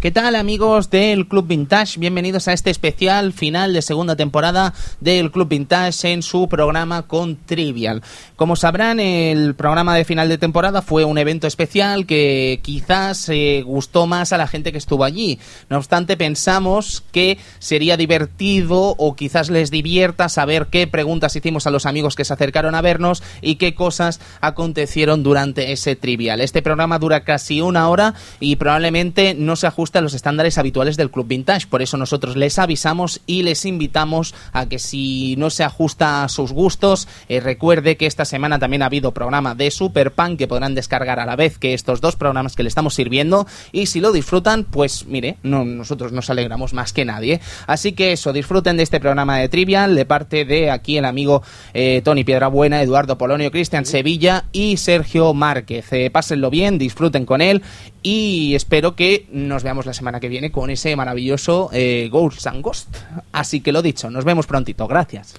¿Qué tal amigos del Club Vintage? Bienvenidos a este especial final de segunda temporada del Club Vintage en su programa con Trivial. Como sabrán, el programa de final de temporada fue un evento especial que quizás eh, gustó más a la gente que estuvo allí. No obstante, pensamos que sería divertido o quizás les divierta saber qué preguntas hicimos a los amigos que se acercaron a vernos y qué cosas acontecieron durante ese Trivial. Este programa dura casi una hora y probablemente no se ajusta a los estándares habituales del Club Vintage. Por eso nosotros les avisamos y les invitamos a que si no se ajusta a sus gustos, eh, recuerde que esta semana también ha habido programa de Superpan que podrán descargar a la vez que estos dos programas que le estamos sirviendo. Y si lo disfrutan, pues mire, no, nosotros nos alegramos más que nadie. Así que eso, disfruten de este programa de Trivial de parte de aquí el amigo eh, Tony Piedrabuena, Eduardo Polonio, Cristian Sevilla y Sergio Márquez. Eh, pásenlo bien, disfruten con él y espero que nos veamos la semana que viene con ese maravilloso eh, Ghosts and Ghost. Así que lo dicho, nos vemos prontito. Gracias.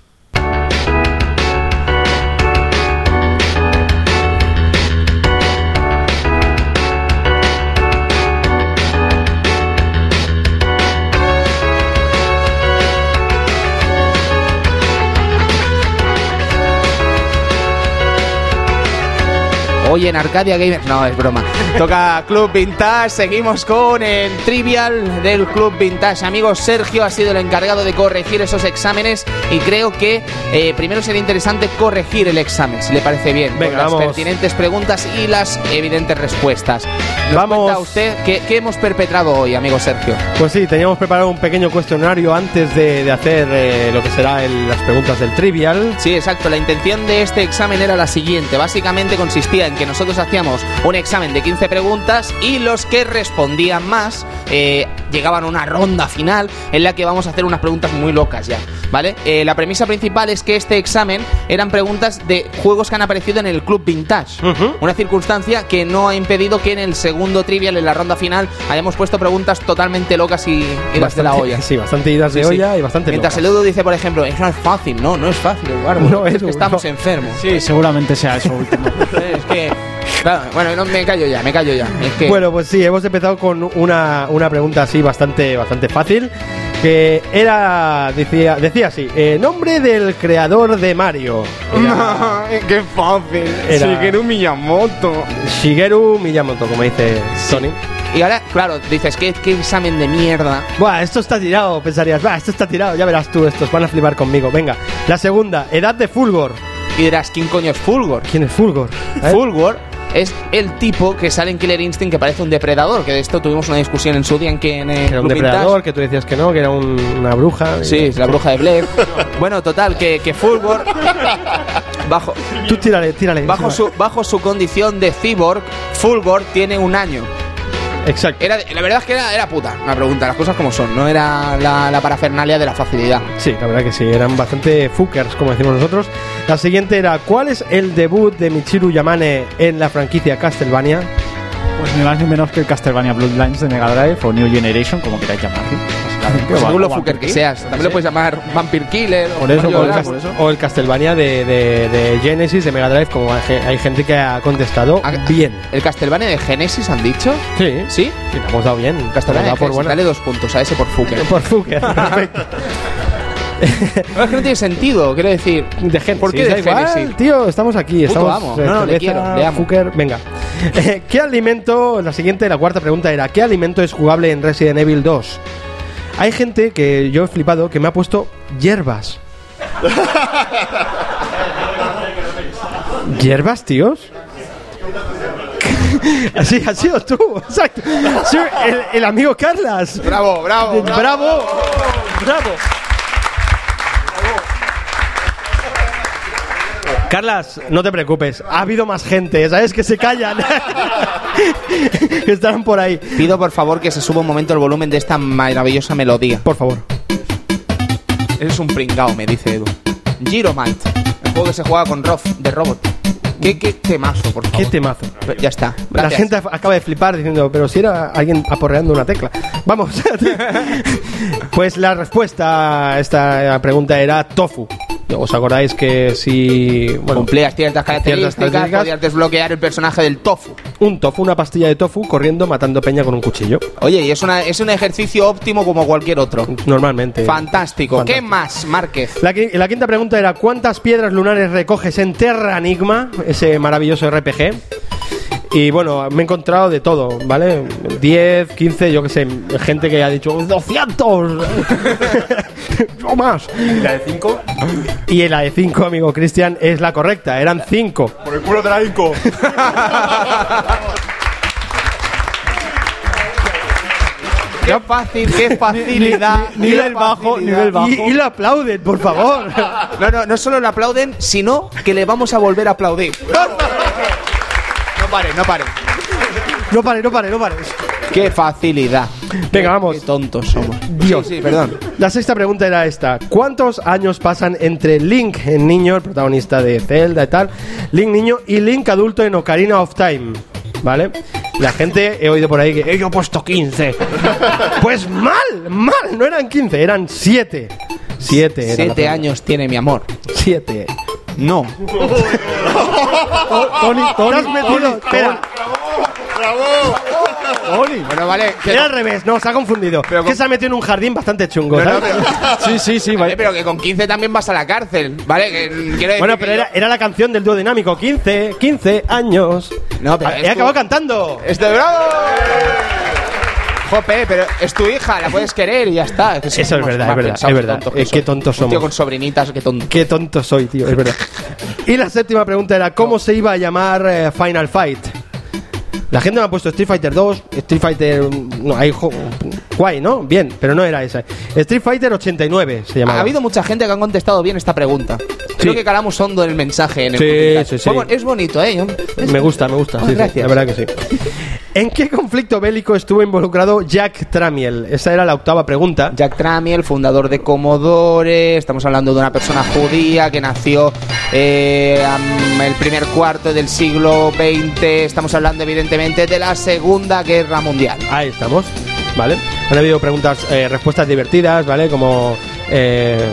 Hoy en Arcadia Gamers, no, es broma. Toca Club Vintage, seguimos con el trivial del Club Vintage. Amigos, Sergio ha sido el encargado de corregir esos exámenes y creo que eh, primero sería interesante corregir el examen, si le parece bien, Venga, con las vamos. pertinentes preguntas y las evidentes respuestas. Nos Vamos. cuenta usted qué, qué hemos perpetrado hoy, amigo Sergio. Pues sí, teníamos preparado un pequeño cuestionario antes de, de hacer eh, lo que será el- las preguntas del trivial. Sí, exacto. La intención de este examen era la siguiente. Básicamente consistía en que nosotros hacíamos un examen de 15 preguntas y los que respondían más eh, llegaban a una ronda final en la que vamos a hacer unas preguntas muy locas ya, ¿vale? Eh, la premisa principal es que este examen eran preguntas de juegos que han aparecido en el Club Vintage. Ujú. Una circunstancia que no ha impedido que en el segundo trivial, en la ronda final, hayamos puesto preguntas totalmente locas y idas de la Bastante- olla. Sí, bastante idas de Sí, sí. olla y bastante. Mientras locas. el Edu dice, por ejemplo, eso no es fácil. No, no es fácil, Eduardo. No, es Edu, que estamos no. enfermos. Sí, seguramente sea eso último. es que... Claro, bueno, no, me callo ya, me callo ya. Es que... Bueno, pues sí, hemos empezado con una, una pregunta así bastante, bastante fácil. Que era. Decía, decía así: eh, Nombre del creador de Mario. Era ¡Qué fácil! Era- Shigeru Miyamoto. Shigeru Miyamoto, como dice Sony. Y ahora, claro, dices, ¿qué, qué examen de mierda. Buah, esto está tirado, pensarías. Buah, esto está tirado, ya verás tú, estos van a flipar conmigo. Venga, la segunda: Edad de Fulgor. Y dirás, ¿quién coño es Fulgor? ¿Quién es Fulgor? ¿Eh? Fulgor es el tipo que sale en Killer Instinct que parece un depredador. Que de esto tuvimos una discusión en su día en que en el Que era un Club Vintage- depredador, que tú decías que no, que era un- una bruja. Sí, es la bruja de Blair. bueno, total, que, que Fulgor... bajo, Tú tírale, tírale. bajo, encima. su, bajo su condición de cyborg, Fulgor tiene un año. Exacto. Era, la verdad es que era, era puta la pregunta, las cosas como son, no era la, la parafernalia de la facilidad. Sí, la verdad que sí, eran bastante fuckers, como decimos nosotros. La siguiente era, ¿cuál es el debut de Michiru Yamane en la franquicia Castlevania? Pues ni más ni menos que el Castlevania Bloodlines de Mega Drive o New Generation, como queráis llamarlo. básicamente, o- Según lo o pues fucker que Vampire seas, Kill, también lo no sé. puedes llamar Vampire Killer o Por eso, Mario o, el Drago. Cas- o el Castlevania de, de- de Genesis, de Mega Drive, como hay, hay gente que ha contestado Ah, bien. ¿El Castlevania de Genesis han dicho? Sí, sí, ¿Sí? la hemos dado bien. la hemos Castlevania dado de por Genesis, buena. dale dos puntos a ese por fucker. Por fucker, perfecto. no, es que no tiene sentido, quiero decir... De Genesis. ¿Por qué da de igual, Genesis? tío, estamos aquí. Puto estamos amo. No, no, le quiero, le amo. Fucker, venga. Eh, ¿Qué alimento? La siguiente, la cuarta pregunta era: ¿Qué alimento es jugable en Resident Evil 2? Hay gente que yo he flipado que me ha puesto hierbas. ¿Hierbas, tíos? Así ha sido tú, exacto. Sí, el, el amigo Carlas. Bravo, bravo. Bravo, bravo. Carlas, no te preocupes, ha habido más gente, ¿sabes? Que se callan. que estarán por ahí. Pido por favor que se suba un momento el volumen de esta maravillosa melodía. Por favor. Eres un pringao, me dice Edu. Giromite, el juego que se juega con Rof, de Robot. ¿Qué, qué temazo, por favor? Qué temazo. Ya está. La gracias. gente af- acaba de flipar diciendo, pero si era alguien aporreando una tecla. Vamos. pues la respuesta a esta pregunta era tofu. ¿Os acordáis que si. Bueno, Cumplías ciertas características, características. podías desbloquear el personaje del tofu. un tofu, una pastilla de tofu, corriendo, matando peña con un cuchillo. Oye, y es, una, es un ejercicio óptimo como cualquier otro. Normalmente. Fantástico. ¿Qué Fantástico. más, Márquez? La, qui- la quinta pregunta era: ¿Cuántas piedras lunares recoges en Terra Enigma? Ese maravilloso RPG. Y bueno, me he encontrado de todo, ¿vale? 10, 15, yo qué sé, gente que ha dicho ¡200! ¡No más! La de 5 Y la de 5, amigo Cristian, es la correcta, eran 5. por el culo de la Inco. Qué fácil, qué facilidad. qué Nivel bajo, facilidad. nivel bajo. Y, y lo aplauden, por favor. No, no, no solo le aplauden, sino que le vamos a volver a aplaudir. No pare, no pare. No pare, no pare, no pare. Qué facilidad. Venga, Qué vamos. tontos somos. Dios. Sí, sí, perdón. La sexta pregunta era esta. ¿Cuántos años pasan entre Link, el niño, el protagonista de Zelda y tal, Link niño y Link adulto en Ocarina of Time? ¿Vale? La gente, he oído por ahí que "Eh, yo he puesto 15. pues mal, mal, no eran 15, eran 7. 7. era la Siete pregunta. años tiene mi amor. Siete. No. Tony, ¿Te Tony, has metido? Espera, Tony. Bueno, vale. que- era al revés, no, se ha confundido. Pero que con- se ha metido en un jardín bastante chungo, No, no, ¿sabes? pero- Sí, sí, sí. Vale, vaya- eh, pero que con 15 también vas a la cárcel, ¿vale? Que, mm, quiero decir Bueno, que pero yo- era, era la canción del dúo dinámico. 15, 15 años. No, pero Ah, es He tu- acabado cantando. ¡Este bravo! Jope, pero es tu hija, la puedes querer y ya está. que Eso es somos verdad, más es verdad, pensados es y verdad. que Eh, qué tontos Un Tío somos. con sobrinitas, qué tonto. Qué tonto soy, tío, es verdad. Y la séptima pregunta era: ¿Cómo se iba a llamar eh, Final Fight? La gente me ha puesto Street Fighter 2, Street Fighter. No, ahí. jo- Guay, ¿no? Bien, pero no era esa. Street Fighter 89 se llamaba. Ha habido mucha gente que han contestado bien esta pregunta. Creo Sí. que calamos hondo en el mensaje. En el Sí, comentario. sí, sí. Fue bon- Es bonito, ¿eh? Me gusta, me gusta. Ah, sí, sí, gracias. la verdad que sí. ¿En qué conflicto bélico estuvo involucrado Jack Tramiel? Esa era la octava pregunta. Jack Tramiel, fundador de Commodore, estamos hablando de una persona judía que nació eh, am- el primer cuarto del siglo XX, estamos hablando evidentemente de la Segunda Guerra Mundial. Ahí estamos, ¿vale? Han habido preguntas, eh, respuestas divertidas, ¿vale? Como eh,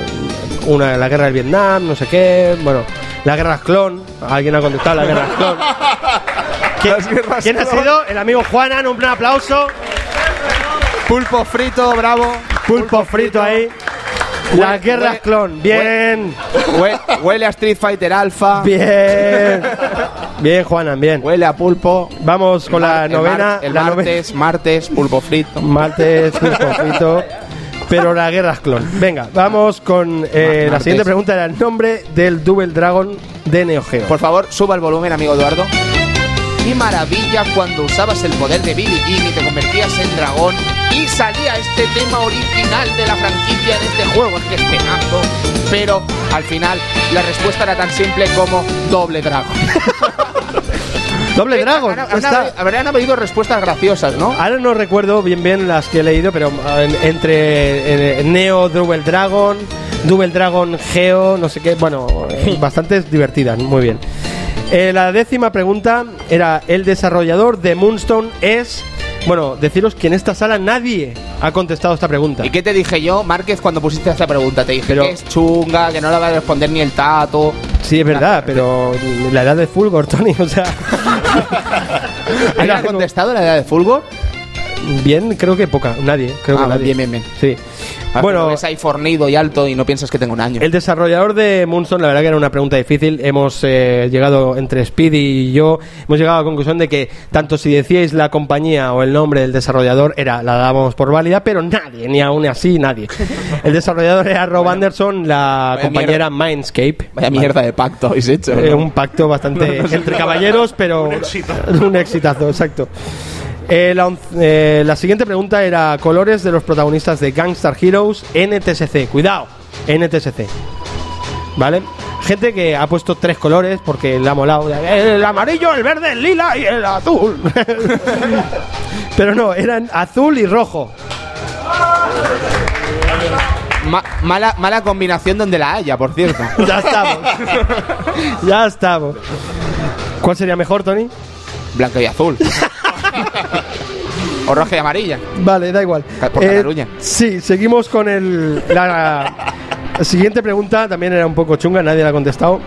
una, la guerra del Vietnam, no sé qué, bueno, la guerra clon, alguien ha contestado la guerra clon. ¿Quién, quién ha sido? El amigo Juanan, un gran aplauso, Pulpo frito, bravo. pulpo frito ahí. Las guerras hue- clon, bien, Hue- huele a Street Fighter Alpha. bien, bien, Juanan, bien. Huele a pulpo. Vamos con la Mar- el mar- novena, El la novena. martes, martes, pulpo frito. Martes, conflicto. Pero la guerra es clon. Venga, vamos con eh, la Martes. siguiente pregunta. Era el nombre del Double Dragon de Neo Geo. Por favor, suba el volumen, amigo Eduardo. Qué maravilla cuando usabas el poder de Billy Jean y te convertías en dragón y salía este tema original de la franquicia en este juego, es que es pedazo. Pero al final la respuesta era tan simple como doble dragón. Doble Dragon. Habrán- ya está. habrán- Habrán habido respuestas graciosas, ¿no? Ahora no recuerdo bien bien las que he leído, pero ah, en- entre eh, Neo, Double Dragon, Double Dragon, Geo, no sé qué. Bueno, eh, bastantes divertidas. Muy bien. Eh, la décima pregunta era: el desarrollador de Moonstone es. Bueno, deciros que en esta sala nadie ha contestado esta pregunta. ¿Y qué te dije yo, Márquez, cuando pusiste esta pregunta? Te dije Pero- que es chunga, que no la va a responder ni el tato. Sí, es verdad, pero la edad de Fulgor, Tony, o sea. ¿Alguien ha Era como- contestado la edad de Fulgor? Bien, creo que poca, nadie. Creo Ah, que nadie. bien, bien, bien. Sí. Lo Bueno, Ah, ves ahí fornido y alto y no piensas que tengo un año. el desarrollador de Moonstone, la verdad que era una pregunta difícil. Hemos eh, llegado entre Speedy y yo, hemos llegado a la conclusión de que tanto si decíais la compañía o el nombre del desarrollador, era la dábamos por válida, pero nadie, ni aún así nadie. El desarrollador era Rob Anderson, la Vaya compañera Mindscape. Vaya mierda de pacto habéis hecho. Eh, ¿no? un pacto bastante entre caballeros, pero un, exitazo, exacto. Eh, la, onz- eh, la siguiente pregunta era colores de los protagonistas de Gangstar Heroes NTSC. Cuidado, NTSC. ¿Vale? Gente que ha puesto tres colores porque le ha molado. El amarillo, el verde, el lila y el azul. pero no, eran azul y rojo. Ma- mala, mala combinación donde la haya, por cierto. Ya estamos. ya estamos. ¿Cuál sería mejor, Tony? Blanco y azul. o roja y amarilla. Vale, da igual. Eh, Ca- por Cataluña. Sí, seguimos con el. La, La siguiente pregunta también era un poco chunga, nadie la ha contestado.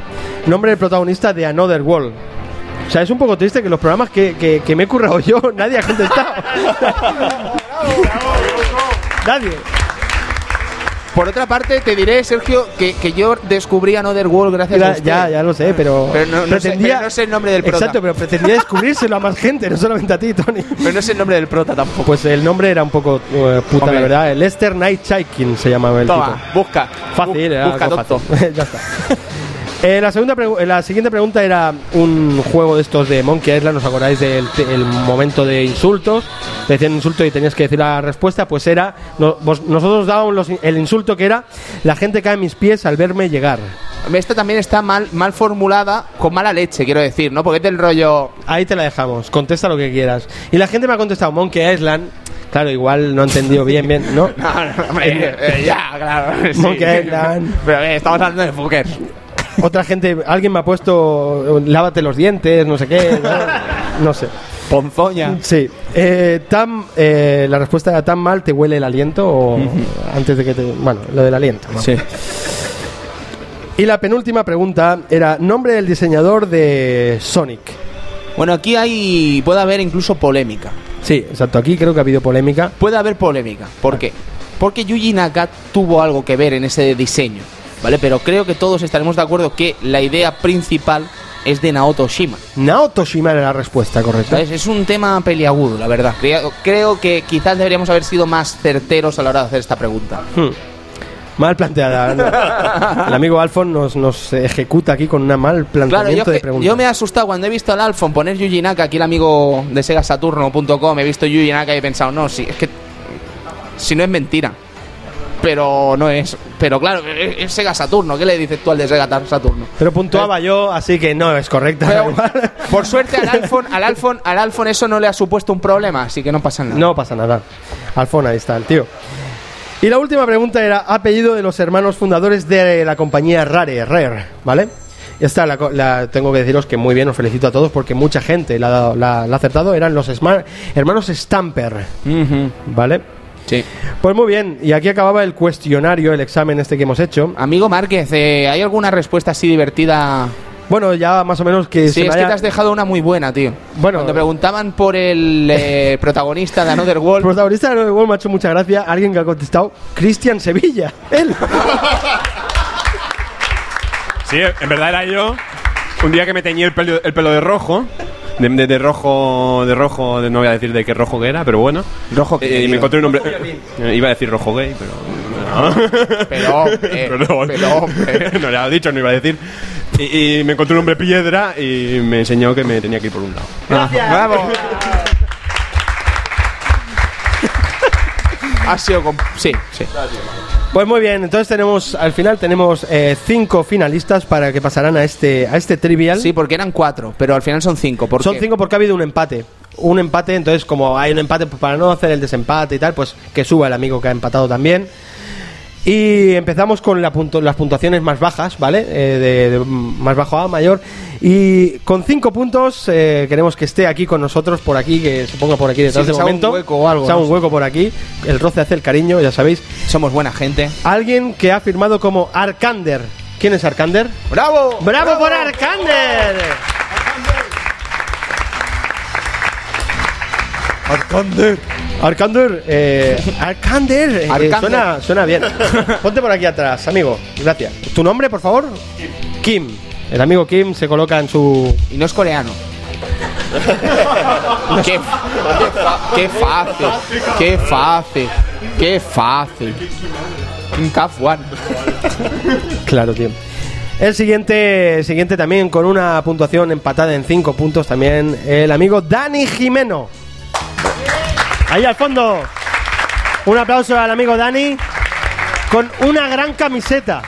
Nombre del protagonista de Another World. O sea, es un poco triste que los programas que, que- que me he currado yo, nadie ha contestado. nadie. Por otra parte, te diré, Sergio, que, que yo descubrí Another World gracias a Ya, usted. ya, ya lo sé, pero. Pero no- no sé- pero no sé el nombre del prota. Exacto, pero pretendía descubrírselo a más gente, no solamente a ti, Tony. Pero no es el nombre del prota tampoco. Pues el nombre era un poco eh, puta, la Hombre. verdad. Lester Night Chaikin se llamaba el tipo. Toma, busca. Bu- Fácil, era busca, algo doctor. fácil. ya está. Eh, la, segunda pregu- eh, la siguiente pregunta era un juego de estos de Monkey Island, ¿os acordáis del te- el momento de insultos? Te decían un insulto y tenías que decir la respuesta, pues era, no- vos- nosotros dábamos los in- el insulto que era, la gente cae a mis pies al verme llegar. Esta también está mal, mal formulada, con mala leche, quiero decir, ¿no? Porque es del rollo. Ahí te la dejamos, contesta lo que quieras. Y la gente me ha contestado Monkey Island, claro, igual no he entendido bien, bien, ¿no? No, no, hombre, eh, ya, claro. sí. Monkey Island. Pero eh, estamos hablando de poker. Otra gente, alguien me ha puesto eh, lávate los dientes, no sé qué, no, no sé. Ponzoña. Sí. Eh, tan, eh, la respuesta era tan mal, ¿te huele el aliento o antes de que te... Bueno, lo del aliento. ¿no? Sí. Y la penúltima pregunta era nombre del diseñador de Sonic. Bueno, aquí hay puede haber incluso polémica. Sí, exacto. Aquí creo que ha habido polémica. Puede haber polémica. ¿Por qué? Porque Yuji Naka tuvo algo que ver en ese diseño, ¿vale? Pero creo que todos estaremos de acuerdo que la idea principal es de Naoto Shima. Naoto Shima era la respuesta correcta. ¿Sabes? Es un tema peliagudo, la verdad. Creo, creo que quizás deberíamos haber sido más certeros a la hora de hacer esta pregunta. Hmm. Mal planteada. ¿no? El amigo Alfon nos, nos ejecuta aquí con un mal Claro, planteamiento yo, de que- preguntas. yo me he asustado cuando he visto al Alfon poner Yuji Naka, aquí el amigo de segasaturno.com, he visto Yuji Naka y he pensado, no, si es que si no es mentira. Pero no es. Pero claro, es, es Sega Saturno. ¿Qué le dices tú al de Sega Tar- Saturno? Pero puntuaba yo, así que no es correcta. Pero, por suerte al Alfon, al Alfon, al Alfon eso no le ha supuesto un problema, así que no pasa nada. No pasa nada. Alfon, ahí está el tío. Y la última pregunta era apellido de los hermanos fundadores de la compañía Rare, Rare, ¿vale? Y Esta la, co- la- tengo que deciros que muy bien, os felicito a todos porque mucha gente la ha, dado- la- la ha acertado. Eran los Smar- hermanos Stamper, ¿vale? Sí. Pues muy bien, y aquí acababa el cuestionario, el examen este que hemos hecho. Amigo Márquez, eh, ¿hay alguna respuesta así divertida? Bueno, ya más o menos que se Sí, me es que haya- te has dejado una muy buena, tío. Bueno. eh. cuando preguntaban por el eh, protagonista de Another El World, protagonista de Nuevo Gol me ha hecho mucha gracia. Alguien que ha contestado, Cristian Sevilla. Él. Sí, en verdad era yo. Un día que me teñí el pelo, el pelo de rojo. De, de- de rojo, de rojo, de- no voy a decir de qué rojo que era, pero bueno. Rojo que Eh, y digo. me encontré un hombre. eh, iba a decir rojo gay, pero. Pues- no. Pero, eh, pero, hombre. no le he dicho, no iba a decir. Y, y me encontré un hombre piedra y me enseñó que me tenía que ir por un lado. ¡Bravo! ha sido con... Sí, sí. Pues muy bien, entonces tenemos, al final tenemos eh, cinco finalistas para que pasarán a este, a este trivial. Sí, porque eran cuatro, pero al final son cinco. Porque Son cinco porque ha habido un empate. Un empate, entonces como hay un empate pues, para no hacer el desempate y tal, pues que suba el amigo que ha empatado también. Y empezamos con la puntu- las puntuaciones más bajas, ¿vale? Eh, de, de más bajo a mayor. Y con cinco puntos eh, queremos que esté aquí con nosotros, por aquí, que se ponga por aquí detrás Sí, de se haga un momento. hueco o algo, Se haga ¿no? un hueco por aquí. El roce hace el cariño, ya sabéis. Somos buena gente. Alguien que ha firmado como Arkander. ¿Quién es Arkander? ¡Bravo! ¡Bravo por Arkander! Arkander. Arkander, eh, Arkander, eh, Arkander. Suena, suena bien. Ponte por aquí atrás, amigo. Gracias. ¿Tu nombre, por favor? Kim. El amigo Kim se coloca en su. Y no es coreano. qué, qué fácil, qué fácil, qué fácil. Un Caf One. Claro, tío. El siguiente, el siguiente también con una puntuación empatada en 5 puntos también el amigo Dani Jimeno. Ahí al fondo. Un aplauso al amigo Dani con una gran camiseta.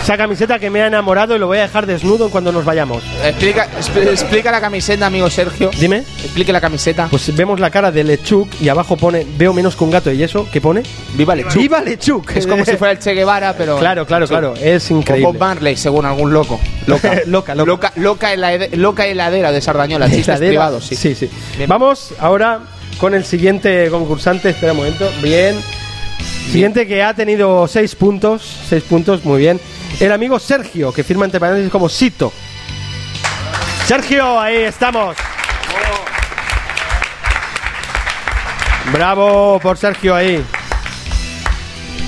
Esa camiseta que me ha enamorado y lo voy a dejar desnudo cuando nos vayamos. Explica, expl- explica la camiseta, amigo Sergio. Dime. Explique la camiseta. Pues vemos la cara de Lechuk y abajo pone veo menos que un gato de yeso. ¿Qué pone? Viva Lechuk. ¡Viva Lechuk! Es como si fuera el Che Guevara, pero. Claro, claro, claro. Es Como Bob increíble. Marley, según algún loco. Loca. Loca, loca. Loca, loca helade- loca heladera de Sardañola. Chistes Heladera. privados, sí. Sí, sí. Bien. Vamos ahora con el siguiente concursante. Espera un momento. Bien. Siguiente que ha tenido 6 puntos. 6 puntos, muy bien. El amigo Sergio, que firma entre paréntesis como Sito. Sergio, ahí estamos. Bravo por Sergio ahí.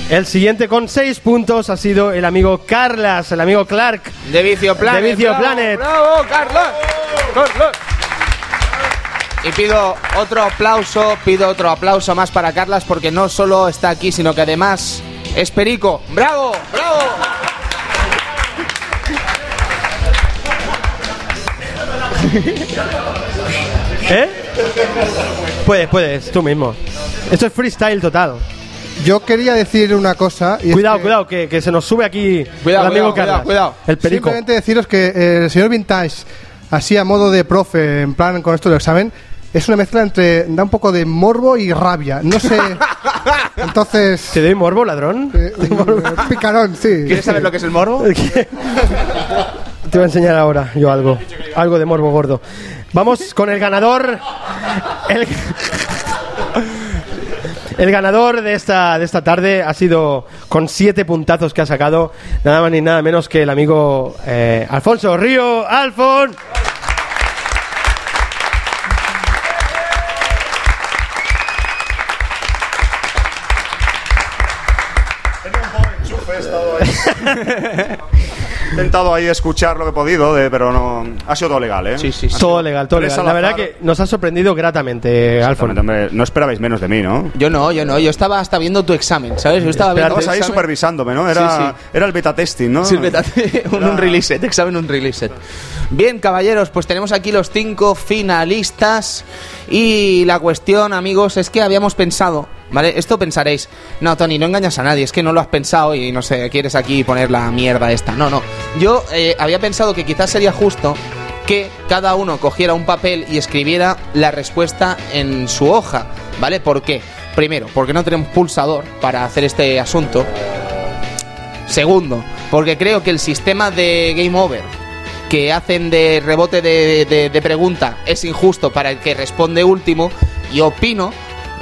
El siguiente con 6 puntos ha sido el amigo Carlas, el amigo Clark. De Vicio Planet. De Vicio bravo, Planet. Bravo, Carlos. Carlos. Y pido otro aplauso, pido otro aplauso más para Carlas porque no solo está aquí, sino que además es Perico. ¡Bravo! ¡Bravo! ¿Eh? Puedes, puedes, tú mismo. Esto es freestyle total. Yo quería decir una cosa. y es Cuidado, que- cuidado, que, que se nos sube aquí Cuidado, el amigo cuidado, Carlas. cuidado, cuidado. El perico. Simplemente deciros que eh, el señor Vintage, así a modo de profe, en plan con esto del examen, es una mezcla entre. da un poco de morbo y rabia. No sé. Entonces. ¿Te doy morbo, ladrón? eh, mm, picarón, sí. ¿Quieres saber lo que es el morbo? Te voy a enseñar ahora yo algo. Algo de morbo gordo. Vamos con el ganador. El, el ganador de esta, de esta tarde ha sido, con siete puntazos que ha sacado, nada más ni nada menos que el amigo eh, Alfonso Río. ¡Alfon! He intentado ahí escuchar lo que he podido, de- pero no. Ha sido todo legal, ¿eh? Sí, sí, sí. Todo legal, todo Tres legal. al La verdad azar. que nos ha sorprendido gratamente, Hombre, Alfon. hombre, no esperabais menos de mí, ¿no? Yo no, yo no. Yo estaba hasta viendo tu examen, ¿sabes? Yo estaba viendo. Estabas tu ahí examen. supervisándome, ¿no? Era, Sí, sí. era el beta testing, ¿no? Sí, espérate, un, un release set, examen un release set. Bien, caballeros, pues tenemos aquí los cinco finalistas y la cuestión, amigos, es que habíamos pensado, ¿vale? Esto pensaréis, no, Tony, no engañas a nadie, es que no lo has pensado y no sé, quieres aquí poner la mierda esta. No, no, yo eh, había pensado que quizás sería justo que cada uno cogiera un papel y escribiera la respuesta en su hoja, ¿vale? ¿Por qué? Primero, porque no tenemos pulsador para hacer este asunto, Segundo, porque creo que el sistema de Game Over que hacen de rebote de, de- de pregunta es injusto para el que responde último y opino,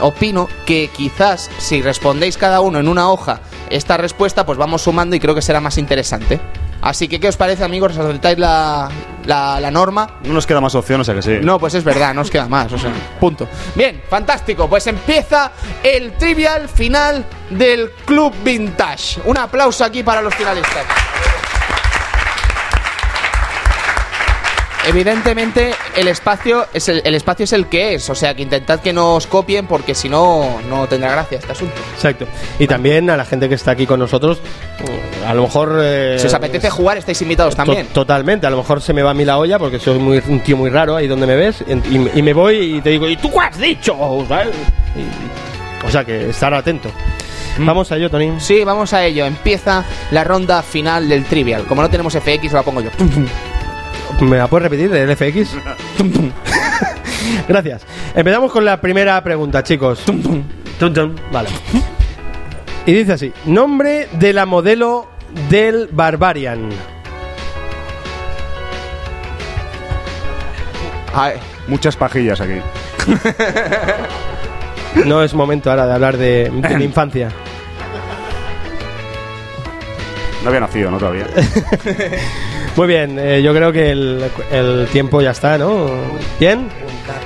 opino que quizás si respondéis cada uno en una hoja esta respuesta, pues vamos sumando y creo que será más interesante. Así que, ¿qué os parece, amigos? ¿Resaltáis la, la, la norma? No nos queda más opción, o sea que sí. No, pues es verdad, no os queda más, o sea, punto. Bien, fantástico, pues empieza el trivial final del Club Vintage. Un aplauso aquí para los finalistas. Evidentemente el espacio es el, el espacio es el que es, o sea que intentad que no os copien porque si no no tendrá gracia este asunto. Exacto. Y también a la gente que está aquí con nosotros, eh, a lo mejor... eh, Si os apetece jugar estáis invitados to- también. Totalmente, a lo mejor se me va a mí la olla porque soy muy, un tío muy raro ahí donde me ves en- y, y me voy y te digo, ¿y tú qué has dicho? ¿Sabes? Y- y- o sea que estar atento. Mm. Vamos a ello, Tony. Sí, vamos a ello. Empieza la ronda final del trivial. Como no tenemos FX, la pongo yo. ¿Me la puedes repetir del FX? Gracias. Empezamos con la primera pregunta, chicos. Tum, tum. Vale. Y dice así: Nombre de la modelo del Barbarian. A ver. Muchas pajillas aquí. No es momento ahora de hablar de, de mi infancia. No había nacido, ¿no? Todavía. Muy bien, eh, yo creo que el, el tiempo ya está, ¿no? ¿Bien?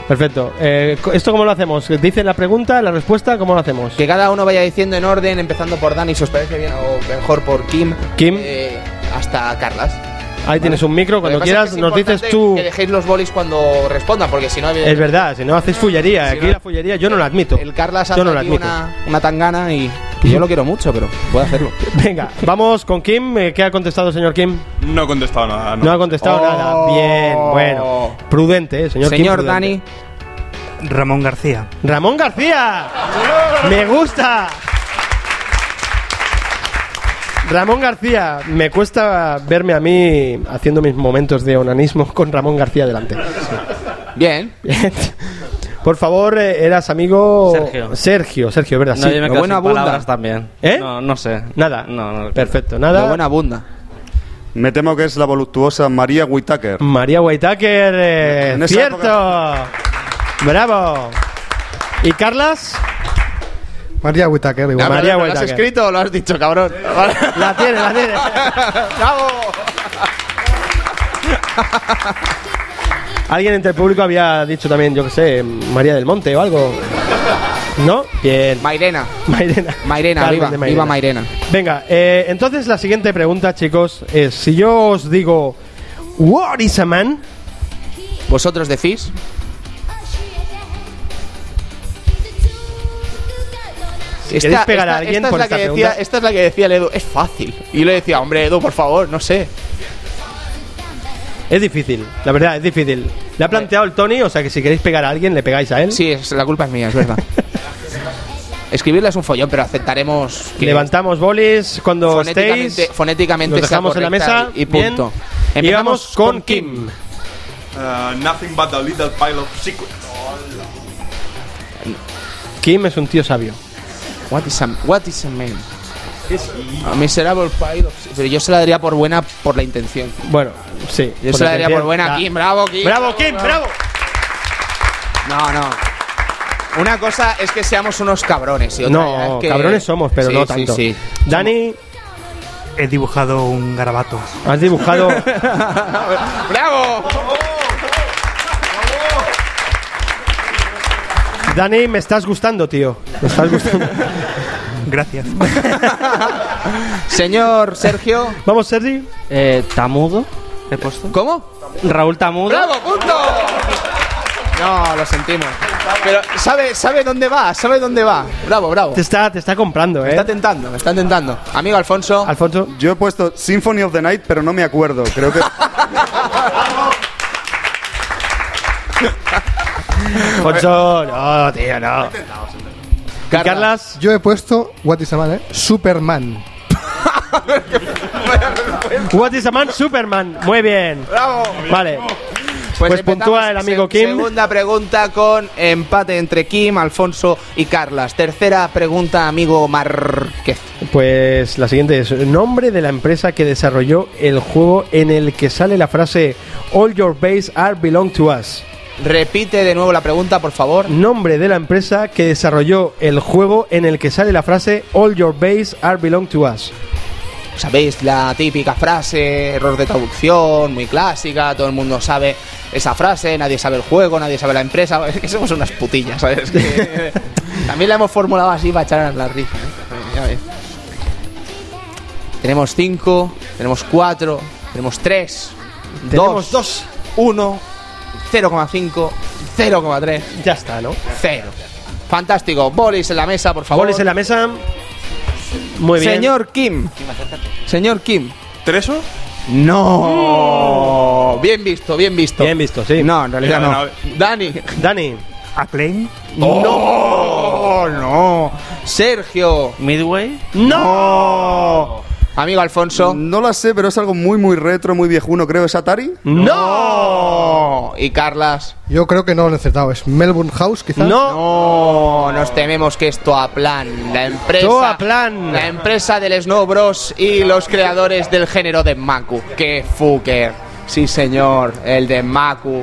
Perfecto. Eh, co- ¿Esto cómo lo hacemos? ¿Dice la pregunta, la respuesta? ¿Cómo lo hacemos? Que cada uno vaya diciendo en orden, empezando por Dani, si os parece bien, o mejor por Kim. Kim. eh, hasta Carlas. Ahí tienes un micro, Eh, Lo cuando que pasa quieras es que es nos dices importante tú. Que dejéis los bolis cuando respondan, porque si no. Es verdad, si no haces fullería, Si aquí no- la fullería yo no la admito. El Carlas hace yo no la aquí admito. una, una tangana y. y yo lo quiero mucho, pero puedo hacerlo. Venga, vamos con Kim. Eh, ¿Qué ha contestado, señor Kim? No he contestado nada. No, ha contestado Oh. nada. Bien, bueno. Prudente, eh, señor, Kim, Señor prudente. Dani, Ramón García. Ramón García. Me gusta. Ramón García, me cuesta verme a mí haciendo mis momentos de onanismo con Ramón García delante. bien. Por favor, eh, eras amigo Sergio. Sergio, Sergio, ¿verdad? No, Sí. yo me lo quedo bueno sin abunda. palabras también. ¿Eh? No, no sé. Nada. No, no. Perfecto, De nada. buena bunda. Me temo que es la voluptuosa María Whitaker. María Whitaker, eh, En esa cierto. Bravo. ¿Y Carlas? María Whittaker, igual. Ah, Pues María pero ¿Lo has Whittaker. escrito o lo has dicho, cabrón? La tiene, la tiene. ¡Bravo! Alguien entre el público había dicho también, yo qué sé, María del Monte o algo. ¿No? Bien. Mairena. Mairena. Mairena, Carmen viva, de viva Mairena. Venga, eh, entonces la siguiente pregunta, chicos, es: si yo os digo, ¿What is a man? ¿Vosotros decís? Si queréis pegar a alguien esta es por la esta que pregunta. decía, esta es la que decía el Edu, es fácil. Y yo le decía, hombre, Edu, por favor, no sé. Es difícil, la verdad, es difícil. Le ha planteado el Tony, o sea que si queréis pegar a alguien, le pegáis a él. Sí, es, la culpa es mía, es verdad. Escribirla es un follón, pero aceptaremos que Levantamos bolis cuando fonéticamente, estéis. fonéticamente Los sea dejamos en la correcta mesa. y, y punto. Bien. Y vamos con Kim. Uh, nothing but a little pile of secrets. Kim es un tío sabio. What is a, what is a man? A miserable pile of- Pero yo se la daría por buena por la intención. Bueno, sí. Yo por se la daría por intención. buena Ah. a Kim. Bravo, Kim. ¡Bravo, Kim! ¡Bravo! No, no. Una cosa es que seamos unos cabrones. Y otra ya No, es que- cabrones somos, pero Sí, no sí, tanto. sí. Dani, He dibujado un garabato. has dibujado. ¡Bravo! Dani, me estás gustando, tío. Me estás gustando. Gracias. Señor Sergio. Vamos, Sergi. Eh, Tamudo, he puesto. ¿Cómo? Raúl Tamudo. ¡Bravo, punto! No, lo sentimos. Pero sabe, sabe dónde va, sabe dónde va. Bravo, bravo. Te está, te está comprando, Me eh. está tentando, me está tentando. Amigo Alfonso. Alfonso. Yo he puesto Symphony of the Night, pero no me acuerdo. Creo que. Alfonso, no, tío, no. Carla. Carlas, Yo he puesto, what is a man, eh? Superman. What is a man? Superman. Muy bien. Bravo. Vale. Pues empezamos puntúa el amigo Kim. Segunda pregunta con empate entre Kim, Alfonso y Carlas. Tercera pregunta, amigo Márquez. Pues la siguiente es nombre de la empresa que desarrolló el juego en el que sale la frase All your base are belong to us. Repite de nuevo la pregunta, por favor. Nombre de la empresa que desarrolló el juego en el que sale la frase All your base are belong to us. Sabéis la típica frase, error de traducción, muy clásica, todo el mundo sabe esa frase, nadie sabe el juego, nadie sabe la empresa, es que somos unas putillas, ¿sabes? Que- también la hemos formulado así para echar la risa. ¿eh? Ya ves. Tenemos cinco, tenemos cuatro, tenemos tres, Tenemos dos, uno, 0,5, 0,3, Ya está, ¿no? cero. Fantástico, bolis en la mesa, por favor. Goles en la mesa. Muy bien. Señor Kim. Señor Kim. ¿Treso? No. Bien visto, bien visto. Bien visto, sí. No, en realidad No, no. Dani. Dani. Acclaim. No, no. Sergio. Midway. No. Amigo Alfonso. No la sé, pero es algo muy, muy retro, muy viejuno, creo. ¿Es Atari? No. Y Carlas. Yo creo que no lo he acertado. Es Melbourne House, quizás. No. No, nos tememos que es Toaplan, la empresa, Toaplan. la empresa del Snow Bros y los creadores del género de Maku. ¡Qué fucker! Sí, señor, el de Maku.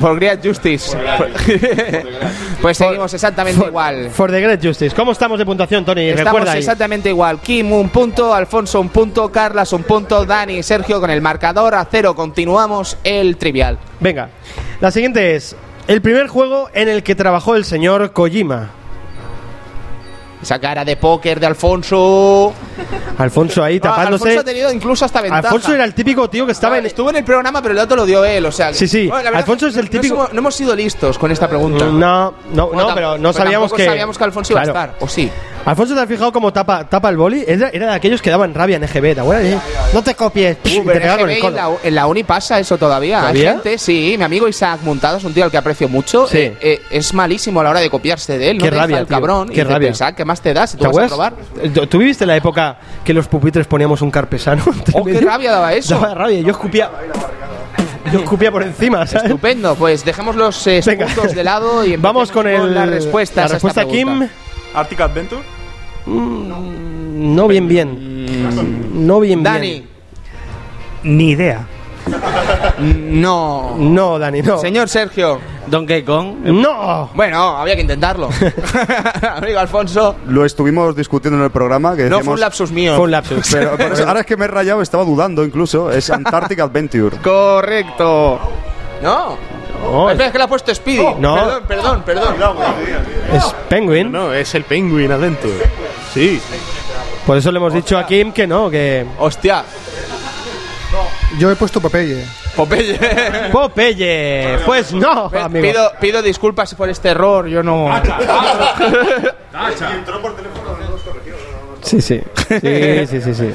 For Great Justice. pues seguimos exactamente igual. For the Great Justice. ¿Cómo estamos de puntuación, Tony? Estamos Recuerda ahí. exactamente igual. Kim un punto, Alfonso un punto, Carlas un punto, Dani y Sergio con el marcador a cero. Continuamos el trivial. Venga. La siguiente es el primer juego en el que trabajó el señor Kojima. Esa cara de póker de Alfonso. Alfonso ahí Ah, tapándose. Alfonso ha tenido incluso hasta ventaja. Alfonso era el típico tío que estaba en. Estuvo en el programa, pero el dato lo dio él, o sea... que- Sí, sí, la verdad Alfonso que es el no típico- somos- No, hemos sido listos con esta pregunta. No, no, no, tam- pero no pues sabíamos tampoco que. sabíamos que Alfonso iba Claro. a estar, o sí. Alfonso, ¿te has fijado cómo tapa, tapa el boli? Era, era de aquellos que daban rabia en EGB, ¿te acuerdas? No te copies. Y te pegaba con el en, la, codo. en la uni pasa eso todavía. ¿Todavía? Hay gente, sí, mi amigo Isaac Montado es un tío al que aprecio mucho. Sí. eh, eh, es malísimo a la hora de copiarse de él. no Qué te deja rabia, el tío, cabrón. Y qué dice, rabia. "Pero, Isaac, ¿qué más te das si tú ¿Te vas a acuerdas? Eh, probar? ¿Tú- ¿Tú viviste la época que los pupitres poníamos un carpesano? entre Oh, qué medio? rabia daba eso. Daba rabia, yo escupía. Yo escupía por encima, ¿sabes? Estupendo, pues dejemos los eh, Venga. puntos de lado y Vamos empecemos con el. las respuestas. La a esta respuesta Kim. pregunta. Arctic Adventure. No bien, bien. No bien, Mm. Dani. bien. Ni idea. No. No, Dani, no. Señor Sergio. Donkey Kong. No. Bueno, había que intentarlo. Amigo Alfonso. Lo estuvimos discutiendo en el programa. Que No decíamos- fue un lapsus mío. Fue un lapsus. Pero por eso- ahora es que me he rayado, estaba dudando incluso. Es Antarctic Adventure. Correcto. No. Espera, No, Oh, es, es que le ha puesto Speedy. Oh, No. Perdón, perdón, perdón. es Penguin. No, es el Penguin Adventure. Sí. Por eso le hemos dicho a Kim que no, que. Hostia, Yo he puesto Popeye. Popeye. ¡Popeye! Pues no, amigo. Ah, Pido, pido disculpas por este error, yo no. Sí, sí. Sí, sí, sí, sí.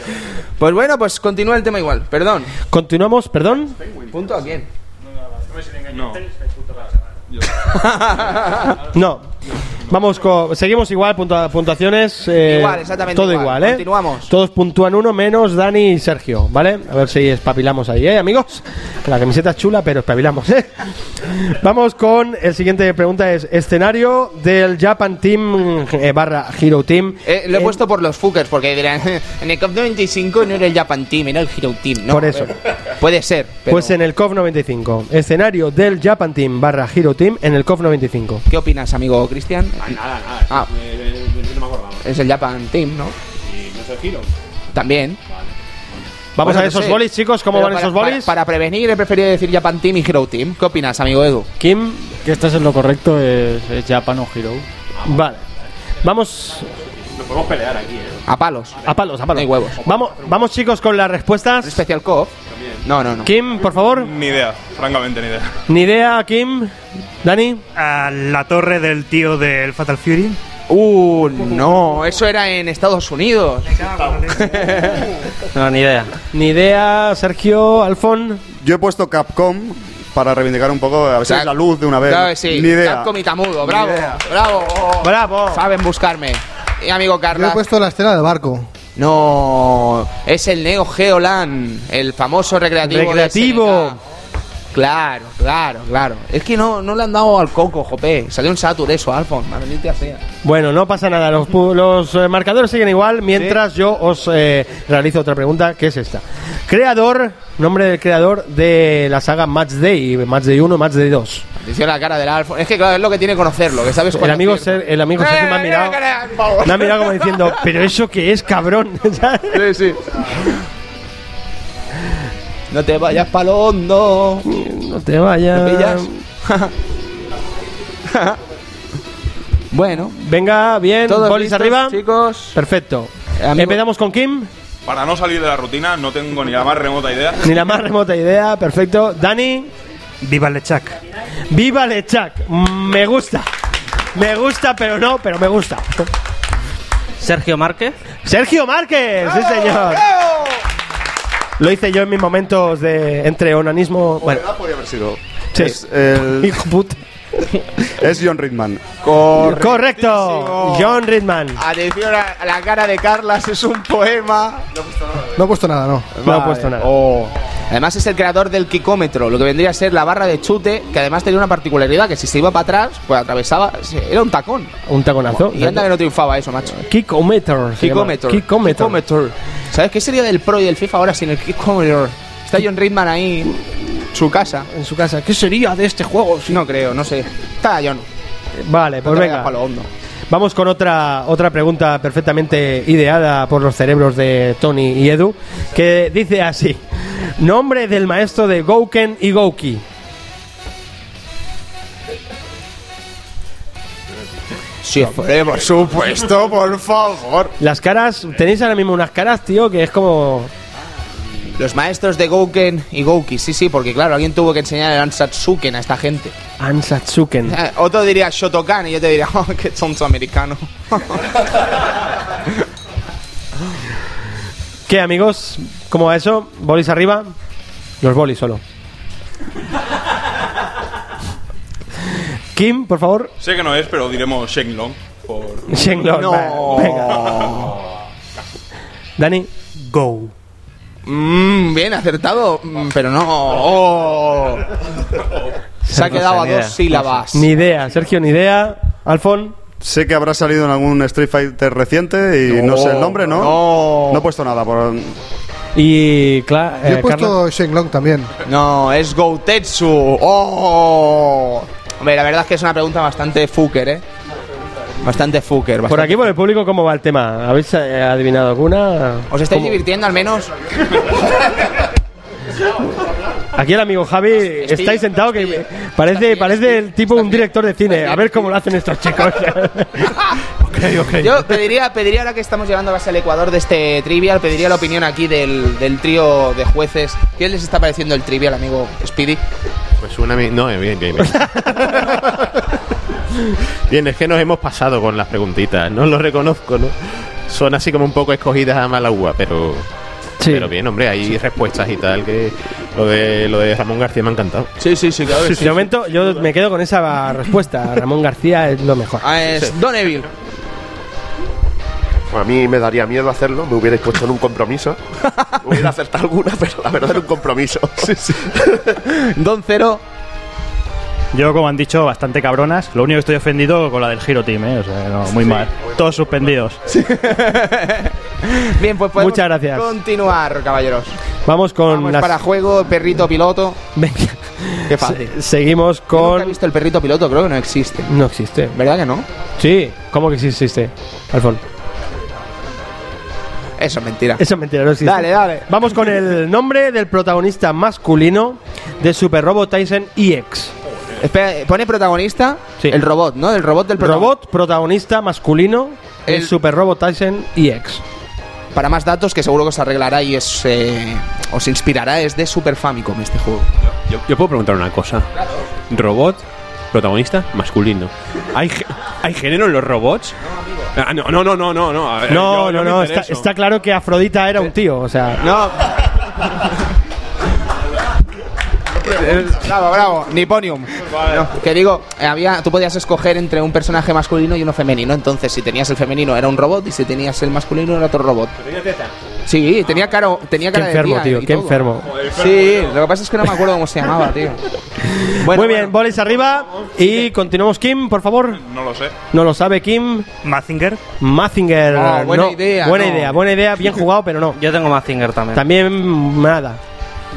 Pues bueno, pues continúa el tema igual, perdón. Continuamos, perdón. ¿Punto a quién? Eh, No. Vamos con. Seguimos igual, puntua- puntuaciones. eh, Igual, exactamente Todo igual. igual, ¿eh? Continuamos. Todos puntúan uno menos Dani y Sergio, ¿vale? A ver si espabilamos ahí, ¿eh, amigos? La camiseta es chula, pero espabilamos, ¿eh? Vamos con. El siguiente pregunta es: escenario del Japan Team eh, barra Hero Team. Eh, lo he en- puesto por los fuckers, porque dirán, en el Cup 95 no era el Japan Team, era el Hero Team. No, Eh, Por eso. Puede ser, pero Pues en el COF 95. Escenario del Japan Team barra Hero Team en el COF 95. ¿qué opinas, amigo Cristian? Nada, nada. Ah. eh, eh, eh, no me acordaba. Es el Japan Team, ¿no? Y no soy giro. También. Vamos Bueno, a ver no esos sé. bolis, chicos. ¿Cómo Pero van para- esos bolis? Para, para prevenir he preferido decir Japan Team y Hero Team. ¿Qué opinas, amigo Edu? Kim. Que esto es lo correcto, es, es Japan o Hero. Vale. Vamos Nos podemos pelear aquí, eh. A palos. a palos, a palos. No hay huevos. Vamos, vamos chicos con las respuestas. Especial Co-op. No, no, no. Kim, por favor. Ni idea, francamente, ni idea. Ni idea, Kim. Dani. A la torre del tío del Fatal Fury. Uh, no, eso era en Estados Unidos. No, ni idea. Ni idea, Sergio, Alfon. Yo he puesto Capcom para reivindicar un poco, a veces Claro. la luz de una vez. Claro que sí. Ni idea. Capcom y Tamudo, bravo, bravo. Bravo. Saben buscarme. Y amigo Yo pues, he Carla. puesto la escena del barco. No, es el Neo Geolan, el famoso recreativo. de Recreativo. SNK. Claro, claro, claro. Es que no, no le han dado al coco, jope. Salió un Satur eso, Alfon. Maldita sea. Bueno, no pasa nada. Los, pu- los, eh, marcadores siguen igual mientras yo os eh, realizo otra pregunta, que es esta. Creador, nombre del creador de la saga Match Day, Match Day 1, Match Day 2. Dice la cara del Alfon. Es que claro, es lo que tiene conocerlo, que sabes El cuándo amigo, acierta. Ser- el amigo Sergio me ha Eh, mira la mirado. cara de Alfon. Me ha mirado como diciendo, pero eso que es cabrón. ¿sabes? Sí, sí. No te vayas pa'l hondo. no te vayas. bueno, Venga, bien, todos bolis listos, arriba. chicos. Perfecto. Eh, amigo- Empezamos con Kim. Para no salir de la rutina, no tengo ni la más remota idea. Ni la más remota idea. Perfecto. Dani, Viva Lechak. viva Lechak. Mm, Me gusta. Me gusta, pero no, pero me gusta. Sergio Márquez. Sergio Márquez, sí señor. Lo hice yo en mis momentos de entre onanismo. Bueno, Ah, podía haber sido. sí. Es, el- Hijo puta. es John Ridman. Correcto. John Ridman. Atención a a la cara de Carlas, es un poema. No he puesto nada, no. No ha puesto nada. Oh. Además es el creador del quicómetro, lo que vendría a ser la barra de chute, que además tenía una particularidad, que si se iba para atrás, pues atravesaba, era un tacón. Un taconazo. Y anda que no triunfaba eso, macho. Kickometer. se llama. Kickometer. Kickometer. Kickometer. ¿Sabes qué sería del Pro y del FIFA ahora sin el Kickometer? Está John Ridman ahí, en su casa. En su casa. ¿Qué sería de este juego? No creo, no sé. Está John. Vale, no pues te venga. vayas pa' lo hondo. Vamos con otra, otra pregunta perfectamente ideada por los cerebros de Tony y Edu, que dice así: Nombre del maestro de Gouken y Gouki. Sí, hombre, por supuesto, por favor. Las caras, tenéis ahora mismo unas caras, tío, que es como. Los maestros de Gouken y Gouki, sí, sí, porque claro, alguien tuvo que enseñar el Ansatsuken a esta gente. Ansatsuken. Eh, Otro diría Shotokan y yo te diría, oh, qué tonto americano. ¿Qué, amigos? ¿Cómo va eso? ¿Bolis arriba? Los bolis solo. Kim, por favor. Sé que no es, pero diremos Shenlong. Por... Shenlong. No. Venga. Dani. Go. Mm, bien acertado, mm, pero no. Oh. Se ha No sé, quedado a ni dos idea. sílabas. Ni idea. Sergio, ni idea. Alfon. Sé que habrá salido en algún Street Fighter reciente y no, sé el nombre, ¿no? no. he puesto nada. Por... Y eh, claro, Yo Eh, he puesto Shenlong también. No, es Goutetsu. ¡Oh! Hombre, la verdad es que es una pregunta bastante fucker, ¿eh? Bastante fucker. por Bastante. aquí por el público cómo va el tema. ¿Habéis eh, adivinado alguna? ¿Os estáis ¿Cómo? divirtiendo al menos? Aquí el amigo Javi estáis sentado que parece parece el tipo un director de cine. A ver cómo lo hacen estos chicos. Yo pediría, pediría ahora que estamos llevando base al Ecuador de este trivial, pediría la opinión aquí del, del trío de jueces. ¿Qué les está pareciendo el trivial, amigo Speedy? Pues una. mi- No, bien, bien, bien. Bien, es que nos hemos pasado con las preguntitas, no lo reconozco, ¿no? Son así como un poco escogidas a mala uva, pero. Pero bien, hombre, hay respuestas y tal que lo de, lo de Ramón García me ha encantado. Sí, sí, sí, claro. De momento yo me quedo con esa respuesta. Ramón García es lo mejor. Ah, es Don Evil. Pues A mí me daría miedo hacerlo, me hubierais puesto en un compromiso. Hubiera acertado alguna, pero la verdad era un compromiso. Don Cero. Yo, como han dicho, bastante cabronas. Lo único que estoy ofendido con la del Giro Team, ¿eh? O sea, no, muy mal. Todos suspendidos. Bien, pues podemos Muchas gracias. continuar, caballeros. Vamos con Vamos las- para juego, perrito piloto. Venga. Qué fácil. Se- seguimos con. Nunca he visto el perrito piloto, creo que no existe. No existe. ¿Verdad que no? Sí, ¿cómo que sí existe? Alfon. Eso es mentira. Eso es mentira, no existe. Dale, dale. Vamos con el nombre del protagonista masculino de Super Robot Tyson E EX. Espera, pone protagonista el robot, ¿no? El robot del Robot protagonista masculino el Super Robot Tyson E EX. Para más datos, que seguro que os arreglará y es, eh, os inspirará, es de Super Famicom este juego. Yo, yo puedo preguntar una cosa. Robot, protagonista, masculino. ¿Hay, gé- ¿hay género en los robots? Ah, no, no, no, no, no. No, a ver, No, no, Eh, yo- yo me no, está, intereso. está claro que Afrodita era un tío, o sea. No. bravo, bravo. Nipponium. No, que digo, eh, había, tú podías escoger entre un personaje masculino y uno femenino. Entonces, si tenías el femenino era un robot y si tenías el masculino era otro robot. Sí, tenía, caro, tenía cara enfermo, de tía tío, y qué todo. enfermo. Sí, lo que pasa es que no me acuerdo cómo se llamaba, tío. Muy bien, bolis arriba y continuamos, Kim, por favor. No lo sé. No lo sabe Kim. Mazinger. Mazinger. Oh, buena idea, Buena no. idea, buena idea, bien jugado, pero no. Yo tengo Mazinger también. También nada.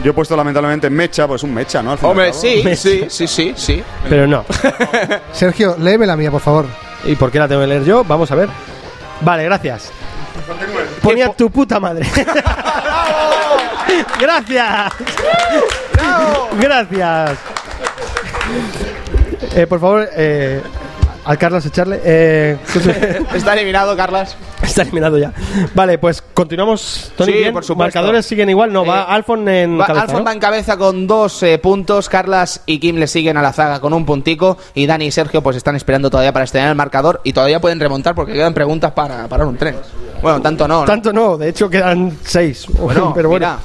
Yo he puesto lamentablemente mecha, pues un mecha, ¿no? Al fin y al Hombre, cabo. sí, sí, sí, sí, sí. Pero no. Sergio, léeme la mía, por favor. Eh, ¿Y por qué la tengo que leer yo? Vamos a ver. Vale, gracias. Ponía tu puta madre. gracias. gracias. Eh, por favor, eh, al Carlos echarle. eh, Está eliminado, Carlas. está eliminado ya. Vale, pues continuamos. Tony, Sí, bien. por supuesto. Eh, Marcadores siguen igual. No, va Alfon en Va- cabeza, Alfon ¿no? va en cabeza con dos eh, puntos, Carlas y Kim le siguen a la zaga con un puntico y Dani y Sergio pues están esperando todavía para estrenar el marcador y todavía pueden remontar porque quedan preguntas para parar un tren. Bueno, tanto no. ¿no? Tanto no, de hecho quedan seis. Bueno, pero bueno.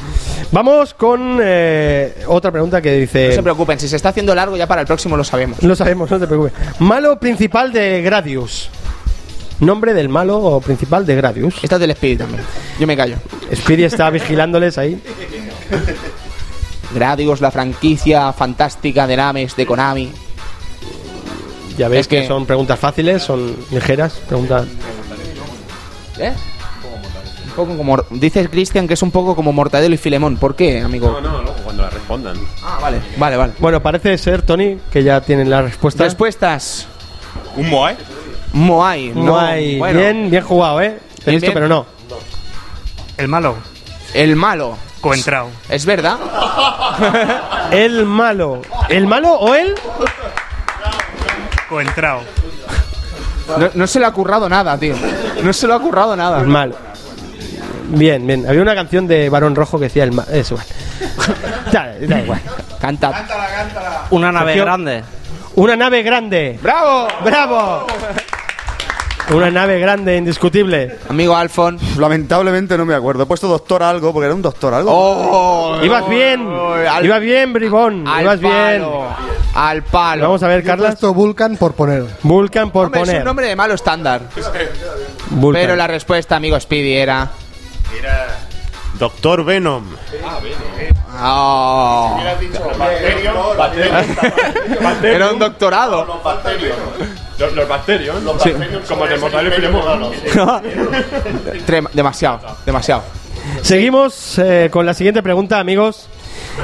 Vamos con eh, otra pregunta que dice. No se preocupen, si se está haciendo largo ya para el próximo lo sabemos. Lo sabemos, no te preocupes. Malo principal de Gradius. Nombre del malo principal de Gradius. Esta es del Speedy también. Yo me callo. Speedy está vigilándoles ahí. Gradius, la franquicia fantástica de Names, de Konami. Ya veis Es que... que- son preguntas fáciles, son ligeras. Preguntas. ¿Eh? Un poco como... Dice Cristian que es un poco como Mortadelo y Filemón. ¿Por qué, amigo? No, no, luego cuando la respondan. Ah, vale. Vale, vale. Bueno, parece ser, Tony, que ya tienen la respuesta. Respuestas. ¿Un Moai? Moai. No, no, hay. bueno. Bien, bien jugado, ¿eh? Te he Bien, visto, bien. pero no. El malo. El malo. Coentrao. ¿Es verdad? El malo. ¿El malo o él? Coentrao. No, no se le ha currado nada, tío. No se lo ha currado nada. El malo. Bien, bien. Había una canción de Barón Rojo que decía el malo. Es igual. da, da igual. Canta. Una nave Sergio. grande. Una nave grande. ¡Bravo! ¡Bravo! Una nave grande, indiscutible. Amigo Alfon. Pues Lamentablemente no me acuerdo. He puesto doctor algo porque era un doctor algo. ¡Oh! Ibas bien. al- Ibas bien, Bribón. Al Ibas bien. palo. Al palo. Vamos a ver, Yo he Carlas. puesto Vulcan por poner. Vulcan por Hombre, Es un poner. nombre de malo estándar. Vulcan. Pero la respuesta, amigo Speedy, era. Doctor Venom. Oh. Era un doctorado. Los bacterios. Los, los bacterios. Los bacterios. Como en el Mortadelo y Filemón. Trem- demasiado, demasiado. Seguimos eh, con la siguiente pregunta, amigos.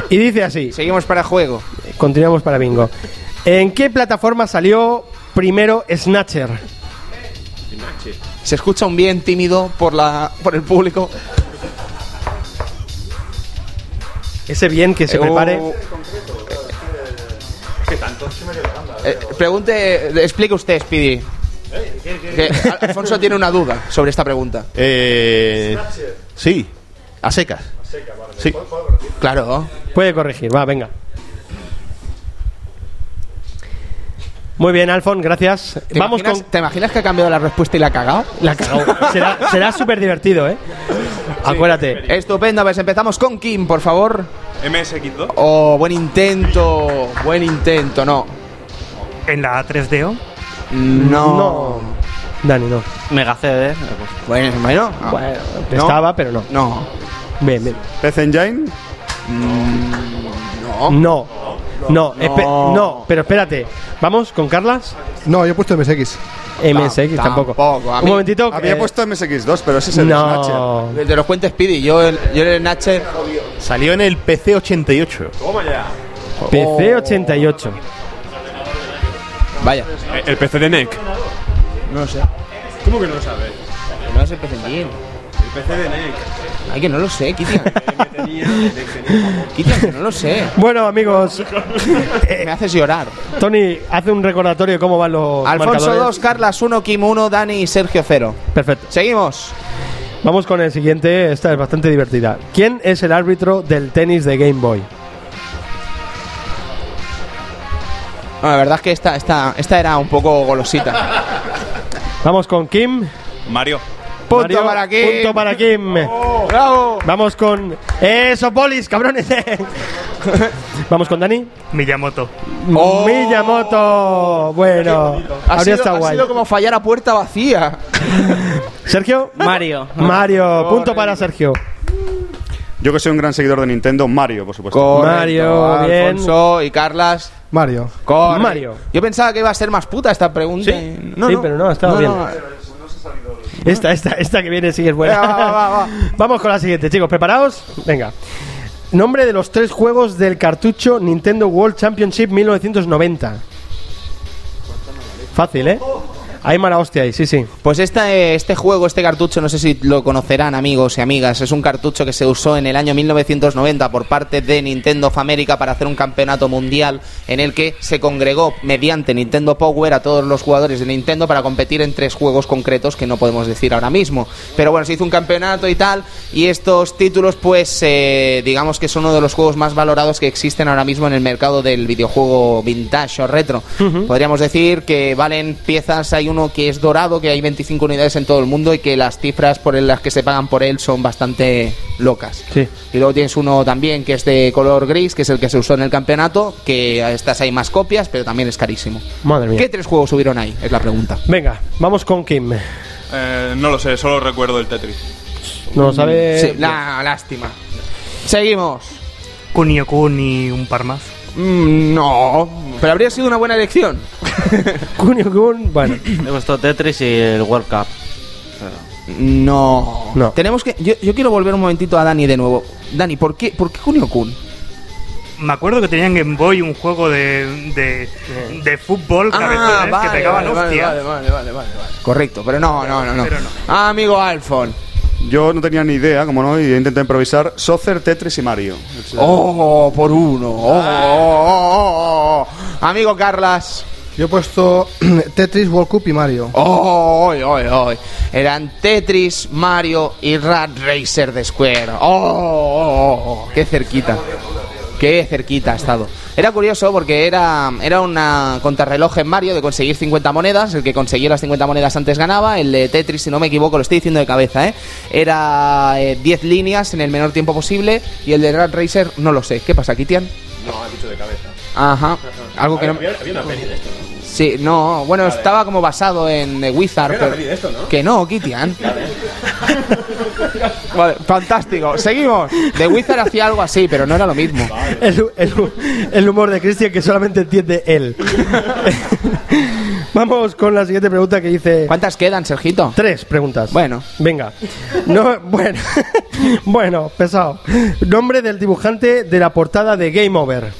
Y dice así. Seguimos para juego. Continuamos para bingo. ¿En qué plataforma salió primero Snatcher? Se escucha un bien tímido por, la, por el público. Ese bien que se Eh, prepare. oh. Eh, pregunte, explique usted, Speedy. Que Alfonso tiene una duda sobre esta pregunta. Eh, sí, a secas. Sí. Claro. Puede corregir, va, venga. Muy bien, Alfon, gracias. ¿Te, Vamos imaginas, con. ¿Te imaginas que ha cambiado la respuesta y la ha cagado? La ha cagado. Será- súper divertido, ¿eh? Acuérdate. Estupendo, pues empezamos con Kim, por favor. MSX2. Oh, buen intento, buen intento, no. ¿En la 3DO? No. No. Dani, no. Mega CD. Bueno, bueno. Bueno, estaba, pero no. No. Bien, bien. ¿PC Engine? no. No. No, No. espe- no. pero espérate. ¿Vamos con Carlas? No, yo he puesto MSX. MSX tampoco. tampoco, a mí- Un momentito. Había eh, puesto MSX2, pero ese es el No. Que Te lo cuente Speedy, yo el, yo el Snatcher. Salió en el PC 88. Toma ya. PC 88. Vaya. Eh, El PC de NEC. No lo sé. ¿Cómo que no lo sabes? No es el PC Engine. El PC de NEC. Ay, que no lo sé, Kitian. Kitian, que no lo sé. Bueno, amigos, Eh, Me haces llorar. Tony hace un recordatorio de cómo van los Alfonso marcadores. 2, Carlas 1, Kim 1, Dani y Sergio 0. Perfecto. Seguimos. Vamos con el siguiente. Esta es bastante divertida. ¿Quién es el árbitro del tenis de Game Boy? No, la verdad es que esta, esta, esta era un poco golosita. Vamos con Kim. Mario. Punto para Kim. Punto para Kim. ¡Bravo! Vamos con. ¡Eso, polis, cabrones! Vamos con Dani. Miyamoto. Miyamoto. Bueno, Oh. Ha habría sido, estado ha guay. sido como fallar a puerta vacía. Sergio. Mario. Mario. Punto para Sergio. Yo que soy un gran seguidor de Nintendo, Mario, por supuesto. Mario, bien. Alfonso y Carlas. Mario. Corre. Mario. Yo pensaba que iba a ser más puta esta pregunta. y- No, sí, no. pero no, estaba No, bien. no. Esta, esta, esta que viene sí que es buena. Venga, va, va, va, va. Vamos con la siguiente, chicos. ¿Preparados? Venga. Nombre de los tres juegos del cartucho Nintendo World Championship 1990. Fácil, ¿eh? Hay mala hostia ahí, sí, sí. Pues esta, eh, este juego, este cartucho, no sé si lo conocerán amigos y amigas, es un cartucho que se usó en el año 1990 por parte de Nintendo of America para hacer un campeonato mundial en el que se congregó mediante Nintendo Power a todos los jugadores de Nintendo para competir en tres juegos concretos que no podemos decir ahora mismo. Pero bueno, se hizo un campeonato y tal, y estos títulos pues eh, digamos que son uno de los juegos más valorados que existen ahora mismo en el mercado del videojuego vintage o retro. Podríamos decir que valen piezas, hay uno que es dorado, que hay 25 unidades en todo el mundo y que las cifras por el- las que se pagan por él son bastante locas. Sí. Y luego tienes uno también que es de color gris, que es el que se usó en el campeonato, que a estas hay más copias, pero también es carísimo. Madre mía. ¿Qué tres juegos subieron ahí? Es la pregunta. Venga, vamos con Kim. Eh, no lo sé, solo recuerdo el Tetris. No lo sabe. Sí, la Ah, lástima. Seguimos. Kunio Kun y un par más. Mm, no, pero habría sido una buena elección. Kunio Kun, bueno. He puesto Tetris y el World Cup. No. No. Tenemos que. Yo, yo quiero volver un momentito a Dani de nuevo. Dani, ¿por qué, por qué Junio Kun? Me acuerdo que tenían en Game Boy un juego de, de, de fútbol cabezones que pegaban Ah, vale, hostias. vale, vale, vale, vale, vale. Correcto, pero no, no, no, no. Pero no. Ah, amigo Alfon. Yo no tenía ni idea, como no, y intenté improvisar. Soccer, Tetris y Mario. Oh, por uno. Oh, Ah. oh, oh, oh, oh. Amigo Carlas. Yo he puesto Tetris, World Cup y Mario. Oh, oh, oh, oh. Eran Tetris, Mario y Rat Racer de Square. Oh, oh, oh, oh. qué cerquita. Qué cerquita ha estado. Era curioso porque era, era una contrarreloj en Mario de conseguir 50 monedas. El que consiguió las 50 monedas antes ganaba. El de Tetris, si no me equivoco, lo estoy diciendo de cabeza, ¿eh? Era eh, 10 líneas en el menor tiempo posible. Y el de Rat Racer, no lo sé. ¿Qué pasa, Kitian? No, has dicho de cabeza. Ajá. Algo que no... Había una peli de esto. Sí, no, bueno, estaba como basado en The Wizard. Creo que pero- no leí esto, ¿no? Que no, Kitian. Vale, fantástico. Seguimos. The Wizard hacía algo así, pero no era lo mismo. El, el- el humor de Cristian que solamente entiende él. Vamos con la siguiente pregunta que dice. ¿Cuántas quedan, Sergito? Tres preguntas. Bueno. Venga. No, bueno. bueno, pesado. Nombre del dibujante de la portada de Game Over.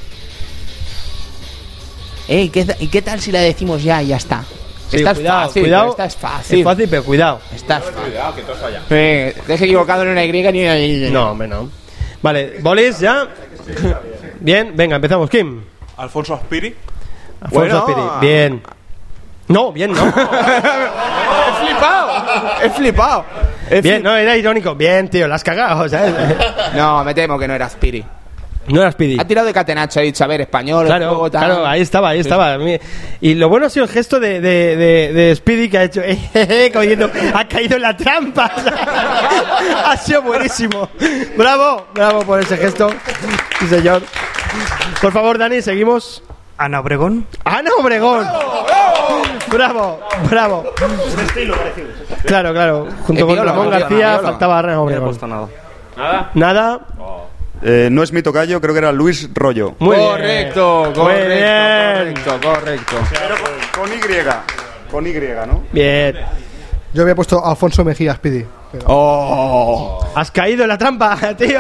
Ey, ¿qué, ta- Eh, ¿y qué tal si la decimos ya y ya está? Sí, esta es cuidado, fácil, cuidado. pero esta es fácil. Es fácil, pero cuidado. Esta es fácil. Cuidado, que todo está allá. Eh, te has equivocado en una Y ni una Y. No, hombre, no. Vale, bolis ya. Bien, venga, empezamos. Kim. Alfonso Aspiri. Alfonso Bueno. Aspiri. Bien. No, bien, no. ¡He flipado! ¡He flipado! Bien, no, era irónico. Bien, tío, la has cagado, ¿sabes? No, me temo que no era Spiri. No era Speedy. Ha tirado de catenacho, ha dicho, a ver, español, Claro, juego, tal. claro, ahí estaba, ahí Sí. estaba. Mi- Y lo bueno ha sido el gesto de, de, de, de Speedy que ha hecho, eh, je, je, como diciendo, ha caído en la trampa. ha sido buenísimo. Bravo, bravo por ese gesto. Sí, señor. Por favor, Dani, seguimos. Ana Obregón. Ana Obregón. Bravo, bravo. Claro, claro. Junto con Epílogo, Ramón epílogo, García epílogo. faltaba Ana Obregón. Nada. Nada. Eh, no es mi tocayo, creo que era Luis Rollo. Muy bien. correcto, Muy bien. correcto, correcto, correcto. Con Y. Con Y, ¿no? Bien. Yo había puesto Alfonso Mejía Speedy. ¡Oh! Has caído en la trampa, tío.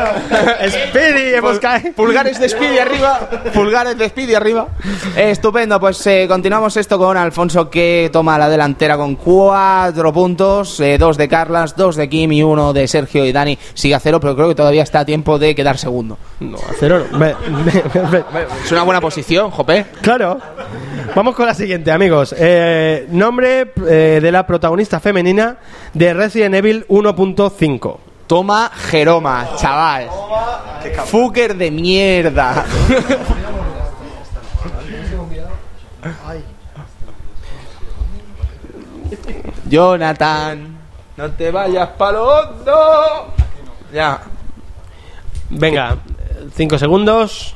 Speedy, Pues hemos caído. Pulgares de Speedy arriba, pulgares de Speedy arriba. Eh, estupendo, pues eh, continuamos esto con Alfonso que toma la delantera con cuatro puntos, eh, dos de Carlas, dos de Kim y uno de Sergio y Dani. Sigue a cero, pero creo que todavía está a tiempo de quedar segundo. No, a cero. no. Me- me- me- Es una buena posición, Jope. Claro. Vamos con la siguiente, amigos. Eh, nombre eh, de la protagonista femenina de Resident Evil 1.5. Toma Jeroma, chaval. Fucker de mierda. Jonathan, no te vayas palo hondo. Ya. Venga, cinco segundos.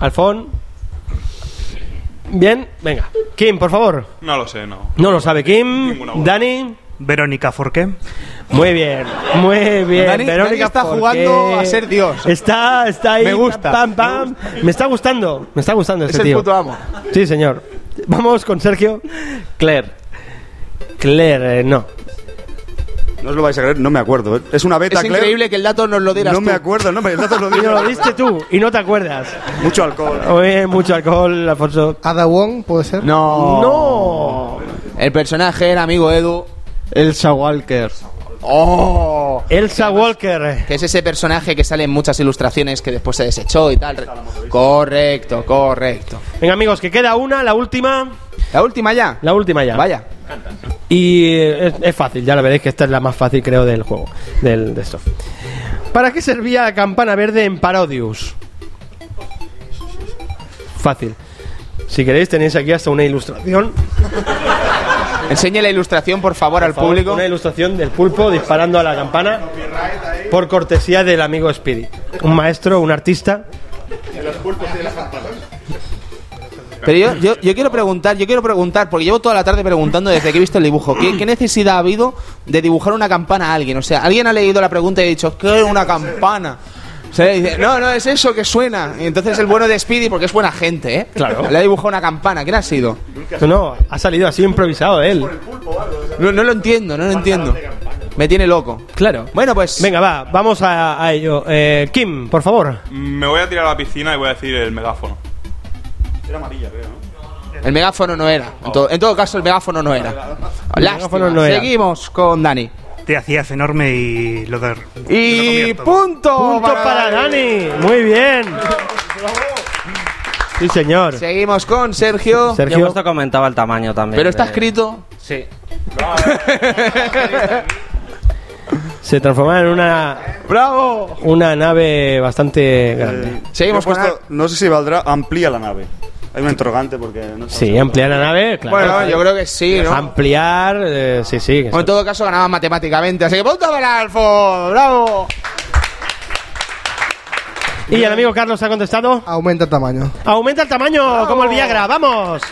Alfón. Bien, venga. Kim, por favor. No lo sé, no. No lo sabe Kim. Dani. Verónica Forqué. Muy bien, muy bien. Dani- Dani está ¿por jugando qué? a ser Dios. Está, está ahí. Me gusta, Pam, pam. Me está gustando, me está gustando Es ese el tío. puto amo. Sí, señor. Vamos con Sergio. Claire. Claire, eh, no. No os lo vais a creer, no me acuerdo. ¿eh? Es una beta, Es Claire. increíble que el dato nos lo dieras No me tú. acuerdo, no, pero el dato lo Y digo. lo diste tú y no te acuerdas. Mucho alcohol. Muy bien, mucho alcohol, Alfonso. Ada Wong, ¿puede ser? No. No. El personaje era amigo Edu. Elsa Walker. ¡Oh! Elsa Walker. Que es ese personaje que sale en muchas ilustraciones que después se desechó y tal. Correcto, correcto. Venga, amigos, que queda una, la última. La última ya. La última ya. Vaya. Y eh, es, es fácil, ya lo veréis que esta es la más fácil, creo, del juego. Del, de esto. ¿Para qué servía la campana verde en Parodius? Fácil. Si queréis, tenéis aquí hasta una ilustración. Enseñe la ilustración, por favor, al favor, público. Una ilustración del pulpo disparando a la campana por cortesía del amigo Speedy. Un maestro, un artista. Pero yo, yo, yo quiero preguntar, yo quiero preguntar, porque llevo toda la tarde preguntando desde que he visto el dibujo. ¿Qué, qué necesidad ha habido de dibujar una campana a alguien? O sea, alguien ha leído la pregunta y ha dicho, ¿qué es una campana? O sea, dice, no, no, es eso que suena. Y entonces el bueno de Speedy, porque es buena gente, ¿eh? Claro. Le ha dibujado una campana. ¿Quién ha sido? No, no, ha salido así improvisado él. No, no lo entiendo, no lo entiendo. Me tiene loco. Claro. Bueno, pues. Venga, va, vamos a, a ello. Eh, Kim, por favor. Me voy a tirar a la piscina y voy a decir el megáfono. Era amarilla, creo, ¿no? El megáfono no era. En, to- en todo caso, el megáfono no era. El Lástima. megáfono no era. Seguimos con Dani. Te hacías enorme y lo de. Y punto. Punto para Dani. Muy bien. Sí, señor. Seguimos con Sergio. Yo justo comentaba el tamaño también. Pero está de- escrito. Sí. Se transforma en una. ¡Bravo! Una nave bastante grande. Seguimos Eh, Yo he puesto- No sé si valdrá, amplía la nave. Hay un interrogante porque no sé. Sí, ampliar la nave, claro. Bueno, yo creo que sí, ¿no? Ampliar, eh, sí, sí. O en todo caso ganaba matemáticamente, así que punto para Alfo, bravo. Y el amigo Carlos ha contestado. Aumenta el tamaño. Aumenta el tamaño, como el Viagra, vamos.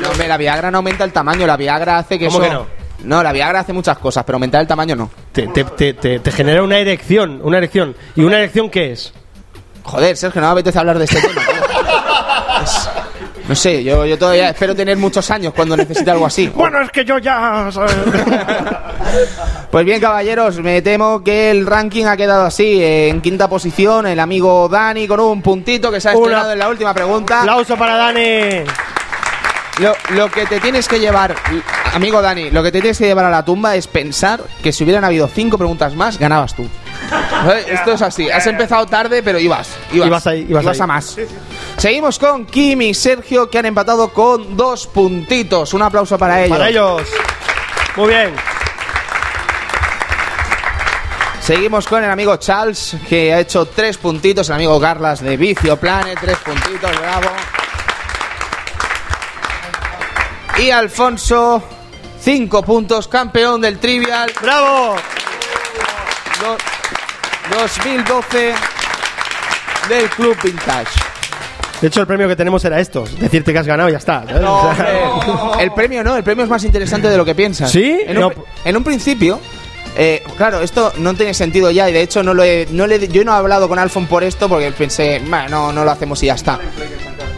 No, hombre, la Viagra no aumenta el tamaño, la Viagra hace que ¿Cómo eso- que no? No, la Viagra hace muchas cosas, pero aumentar el tamaño no. Te, te- te- te- te genera una erección, una erección. ¿Y una erección qué es? Joder, Sergio, no me apetece hablar de este tema. tío. Es- No sé, yo, yo todavía espero tener muchos años cuando necesite algo así. Bueno, es que yo ya. Pues bien, caballeros, me temo que el ranking ha quedado así. eh, En quinta posición, el amigo Dani con un puntito que se ha Una- estrenado en la última pregunta. Aplauso para Dani. Lo, lo que te tienes que llevar, amigo Dani, lo que te tienes que llevar a la tumba es pensar que si hubieran habido cinco preguntas más, ganabas tú. ¿Vale? Esto es así. Has empezado tarde, pero ibas. Ibas, Ibas ahí, ibas ahí. a más. Seguimos con Kim y Sergio, que han empatado con dos puntitos. Un aplauso para ellos. Para ellos. Muy bien. Seguimos con el amigo Charles, que ha hecho tres puntitos. El amigo Garlas de Vicio Planet, tres puntitos, bravo. Y Alfonso, cinco puntos, campeón del Trivial. ¡Bravo! 2012 del Club Vintage. De hecho, el premio que tenemos era esto: decirte que has ganado y ya está. ¿sabes? No, O sea, hombre. El premio no, el premio es más interesante de lo que piensas. ¿Sí? En un, No. pri- en un principio. eh, claro, esto no tiene sentido ya y de hecho no lo he- no le, yo no he hablado con Alfon por esto porque pensé, "Bah, no, no lo hacemos y ya está.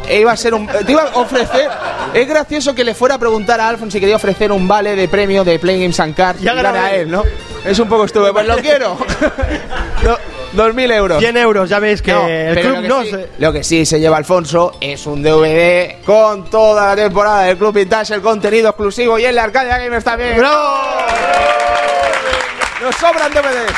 E iba a ser un, te iba a ofrecer, es gracioso que le fuera a preguntar a Alfon si quería ofrecer un vale de premio de Playing Games and Cards Ya y dar grabé. a él, ¿no? Es un poco estúpido, pues lo quiero. Do- 2.000 euros. 100 euros, ya veis que No, el pero club lo que no sí- se. Lo que sí se lleva Alfonso es un DVD con toda la temporada del Club Vintage, el contenido exclusivo y en la Arcadia Gamer también. ¡Bravo! ¡Nos sobran DVDs!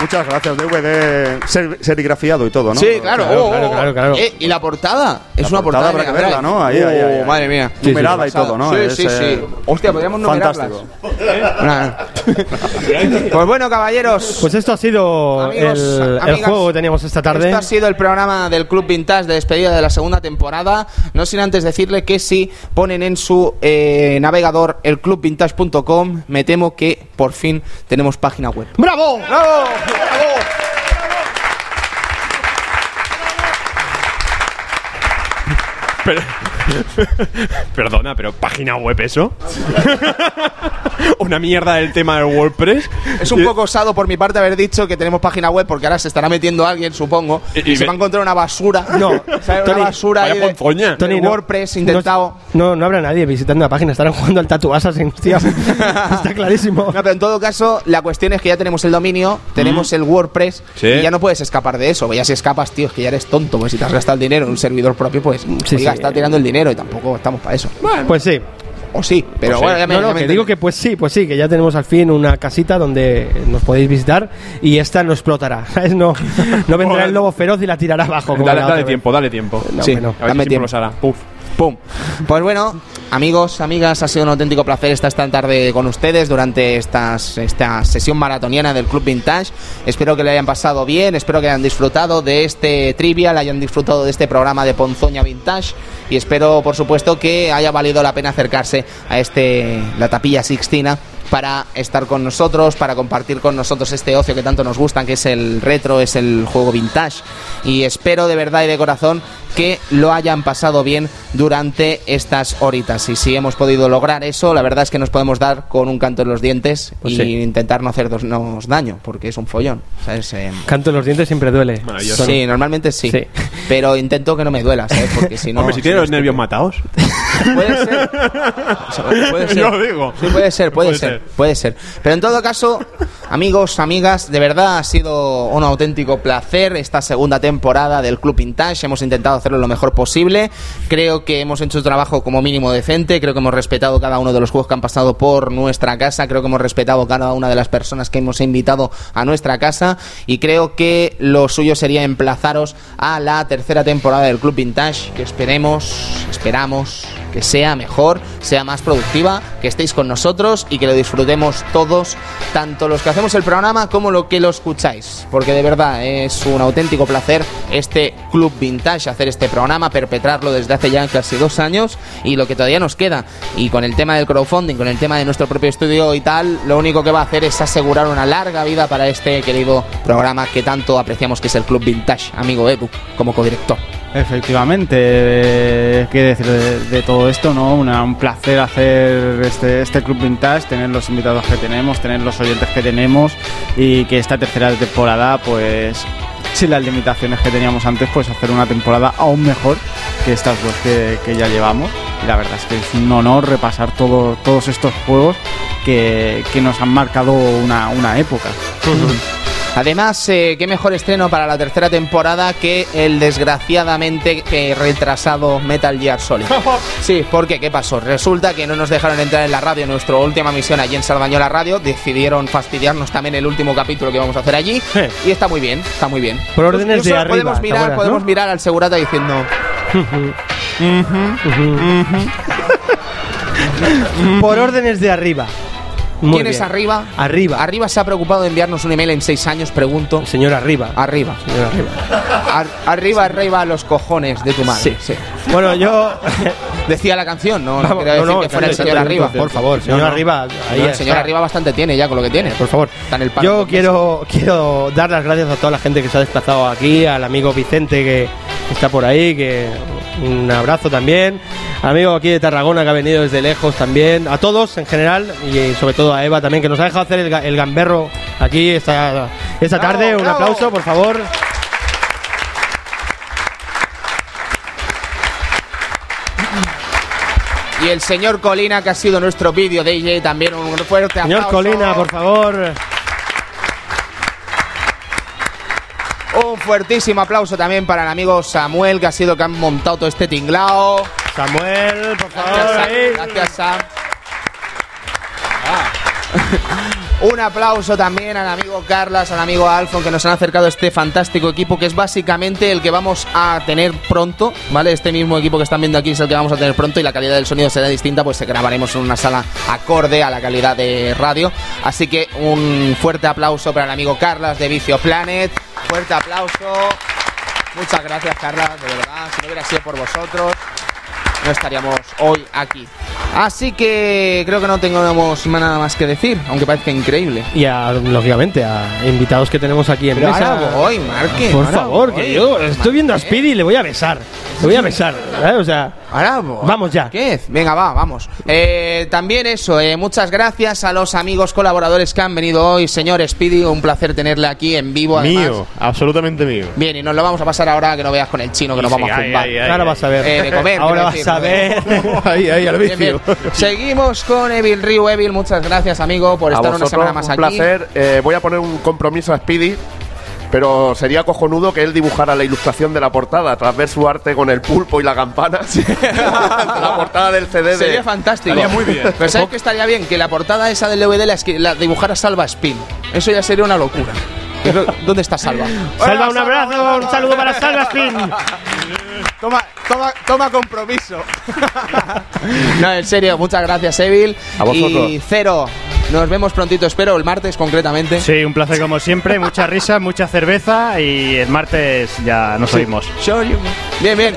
Muchas gracias, DVD ser- serigrafiado y todo, ¿no? Sí, claro. Claro, oh, claro, oh. claro, claro. Eh, y la portada. Es La una portada portada. habrá que de verla, ¿no? Ahí, Oh, ahí, ahí, ahí. Madre mía. Sí, sí, Numerada sí. y todo, ¿no? Sí, Es, sí, sí. eh, Hostia, podríamos numerarlas. fantástico. Nah. pues bueno, caballeros. Pues esto ha sido Amigos, el, el amigas, juego que teníamos esta tarde. Esto ha sido el programa del Club Vintage de despedida de la segunda temporada. No sin antes decirle que si ponen en su eh, navegador el clubvintage.com, me temo que por fin tenemos página web. ¡Bravo! ¡Bravo! Pero- perdona, pero página web eso. Una mierda del tema del WordPress. Es un poco osado por mi parte haber dicho que tenemos página web porque ahora se estará metiendo alguien, supongo, Y- y, y se ve- va a encontrar una basura. No, ¿sabes? Tony, una basura ahí vaya de, ponzoña. de Tony, no. WordPress intentado. No, no habrá nadie visitando la página, estarán jugando al tatuasas en hostia. Está clarísimo. No, pero en todo caso, la cuestión es que ya tenemos el dominio, tenemos el WordPress Mm. Sí. y ya no puedes escapar de eso. Ya si escapas, tío, es que ya eres tonto, pues si te has gastado el dinero en un servidor propio, pues Sí, oiga, sí. está tirando el dinero y tampoco estamos para eso. Pues sí. O sí, pero Pues sí. bueno, ya me, No, no, ya me que digo entendí. que pues sí, pues sí, que ya tenemos al fin una casita donde nos podéis visitar y esta no explotará. ¿sabes? No, no vendrá el lobo feroz y la tirará abajo. como Dale, la dale otra vez. tiempo, dale tiempo. No, Sí, que no. A ver si dame siempre tiempo. los hará. Puf. Pum. Pues bueno, amigos, amigas, ha sido un auténtico placer estar esta tarde con ustedes durante estas, esta sesión maratoniana del Club Vintage. Espero que le hayan pasado bien, espero que hayan disfrutado de este trivial, hayan disfrutado de este programa de Ponzoña Vintage y espero, por supuesto, que haya valido la pena acercarse a este la tapilla sixtina para estar con nosotros, para compartir con nosotros este ocio que tanto nos gustan, que es el retro, es el juego vintage. Y espero de verdad y de corazón que lo hayan pasado bien durante estas horitas. Y si hemos podido lograr eso, la verdad es que nos podemos dar con un canto en los dientes Pues y sí. intentar no hacernos daño, porque es un follón. ¿sabes? Eh, Canto en los dientes siempre duele. Maravilloso. Sí, normalmente sí. Sí. Pero intento que no me duela, ¿sabes? Porque si no. Hombre, si soy tienes los nervios matados. Puede ser. Puede ser. Yo lo digo. Sí, puede ser, puede, Puede ser, ser. puede ser. Pero en todo caso, amigos, amigas, de verdad ha sido un auténtico placer esta segunda temporada del Club Vintage. Hemos intentado hacerlo lo mejor posible. Creo que hemos hecho un trabajo como mínimo decente. Creo que hemos respetado cada uno de los juegos que han pasado por nuestra casa. Creo que hemos respetado cada una de las personas que hemos invitado a nuestra casa. Y creo que lo suyo sería emplazaros a la tercera temporada del Club Vintage, que esperemos, esperamos que sea mejor, sea más productiva, que estéis con nosotros y que lo disfrutemos todos, tanto los que hacemos el programa como los que lo escucháis. Porque de verdad es un auténtico placer este Club Vintage, hacer este programa, perpetrarlo desde hace ya casi dos años y lo que todavía nos queda. Y con el tema del crowdfunding, con el tema de nuestro propio estudio y tal, lo único que va a hacer es asegurar una larga vida para este querido programa que tanto apreciamos que es el Club Vintage, amigo Edu, como codirector. Efectivamente, eh, qué decir de, de todo esto, ¿no? Una- un placer hacer este, este Club Vintage, tener los invitados que tenemos, tener los oyentes que tenemos y que esta tercera temporada, pues, sin las limitaciones que teníamos antes, pues hacer una temporada aún mejor que estas dos que, que ya llevamos. Y la verdad es que es un honor repasar todo- todos estos juegos que, que nos han marcado una, una época. Además, eh, qué mejor estreno para la tercera temporada que el desgraciadamente eh, retrasado Metal Gear Solid. Sí, porque ¿qué pasó? Resulta que no nos dejaron entrar en la radio, en nuestra última misión allí en Sardañola Radio. Decidieron fastidiarnos también el último capítulo que vamos a hacer allí. Y está muy bien, está muy bien. Por órdenes Incluso de arriba, Podemos ¿te mirar, acuerdas, podemos no? mirar al segurata diciendo. Por órdenes de arriba. Muy ¿Quién es bien. arriba? Arriba. Arriba se ha preocupado de enviarnos un email en seis años, pregunto. Señor arriba. Ah, Arriba. Señor arriba. Ar- arriba, arriba los cojones de tu madre. Sí. Bueno, yo. Decía la canción, no, no quería decir que fuera el señor arriba. Por favor, señor No, no. arriba. ahí No, el está. señor arriba bastante tiene ya con lo que tiene. Por favor. Está en el palo. Yo quiero, quiero dar las gracias a toda la gente que se ha desplazado aquí, al amigo Vicente que está por ahí, que un abrazo también, al amigo aquí de Tarragona que ha venido desde lejos también, a todos en general y sobre todo a Eva también que nos ha dejado hacer el, ga- el gamberro aquí esta, esta tarde. Un aplauso, por favor. Y el señor Colina, que ha sido nuestro vídeo DJ, también un fuerte aplauso. Señor Colina, por favor. Un fuertísimo aplauso también para el amigo Samuel, que ha sido el que han montado todo este tinglao. Samuel, por favor. Gracias, Sam. Ah. Un aplauso también al amigo Carlas, al amigo Alfon, que nos han acercado este fantástico equipo, que es básicamente el que vamos a tener pronto, ¿vale? Este mismo equipo que están viendo aquí es el que vamos a tener pronto y la calidad del sonido será distinta, pues grabaremos en una sala acorde a la calidad de radio. Así que un fuerte aplauso para el amigo Carlas de Vicio Planet. Fuerte aplauso. Muchas gracias, Carlas, de verdad. Si no hubiera sido por vosotros, no estaríamos hoy aquí. Así que creo que no tenemos nada más que decir, aunque parezca increíble. Y a, lógicamente a invitados que tenemos aquí en Pero mesa. ahora voy, Marque, Por ahora favor, voy. que yo estoy viendo a Speedy y le voy a besar. Le voy a besar. ¿eh? O sea, Ahora voy. vamos ya. ¿Qué? Venga, va, vamos. Eh, también eso, eh, muchas gracias a los amigos colaboradores que han venido hoy. Señor Speedy, un placer tenerle aquí en vivo. Pues Además. Mío, absolutamente mío. Bien, y nos lo vamos a pasar ahora que no veas con el chino que nos Sí, vamos a ay, zumbar. ay, ay, Ahora ay. vas a ver. Eh, de comer, Ahora quiero vas decir, a ver. Ahí, ahí, al Bien, vicio. bien. Seguimos con Evil Ryu. Evil, muchas gracias, amigo, por A estar una vosotros, semana más un aquí. placer. Eh, voy a poner un compromiso a Speedy, pero sería cojonudo que él dibujara la ilustración de la portada, tras ver su arte con el pulpo y la campana. la portada del CD de- Sería fantástico. Estaría muy bien. Pero ¿sabes qué estaría bien? Que la portada esa del DVD la, escri- la dibujara Salva Spin. Eso ya sería una locura. Pero, ¿Dónde está Salva? Salva, un abrazo, un saludo para Salva Spin. Toma, toma, toma compromiso. No, en serio, muchas gracias, Evil. A vosotros. Y Cero, nos vemos prontito, espero, el martes concretamente. Sí, un placer como siempre, mucha risa, mucha cerveza y el martes ya nos oímos. Bien, bien.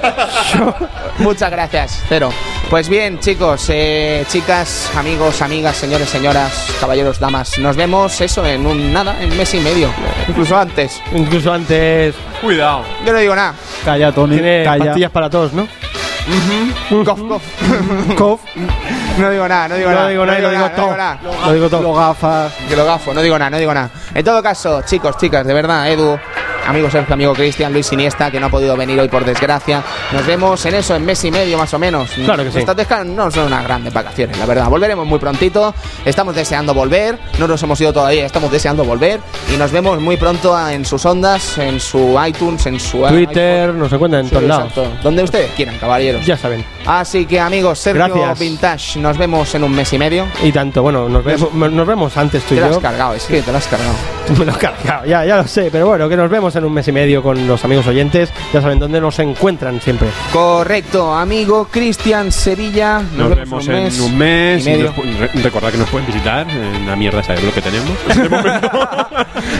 Muchas gracias, Cero. Pues bien, chicos, eh, chicas, amigos, amigas, señores, señoras, caballeros, damas, nos vemos eso en un nada, en mes y medio, incluso antes. Incluso antes. Cuidado. Yo no digo nada. Calla, Tony. Tiene calla. pastillas para todos, ¿no? Cof, cof. No digo nada, no digo No nada. digo nada y lo digo todo. No digo Lo digo todo. gafas. Que lo gafo, no digo nada, no digo nada. En todo caso, chicos, chicas, de verdad, Edu, amigo Sergio, amigo Cristian, Luis Siniesta, que no ha podido venir hoy por desgracia. Nos vemos en eso, en mes y medio más o menos. Claro que sí. Estas desca- no son unas grandes vacaciones, la verdad. Volveremos muy prontito. Estamos deseando volver. No nos hemos ido todavía, estamos deseando volver. Y nos vemos muy pronto en sus ondas, en su iTunes, en su Twitter, nos encuentran en Sí, todos lados. exacto. Donde ustedes quieran, caballeros. Ya saben. Así que amigos, Sergio Gracias. Vintage, nos vemos en un mes y medio. Y tanto, bueno, nos vemos, nos vemos antes tú Te y lo has yo. cargado, es que te lo has cargado. Me lo has cargado, ya, ya lo sé, pero bueno, que nos vemos en un mes y medio con los amigos oyentes. Ya saben dónde nos encuentran siempre. Correcto, amigo Cristian Sevilla. Nos, vemos en un en un mes. y y medio. nos pu- re- recordad que nos pueden visitar en la mierda saber lo que tenemos. De momento.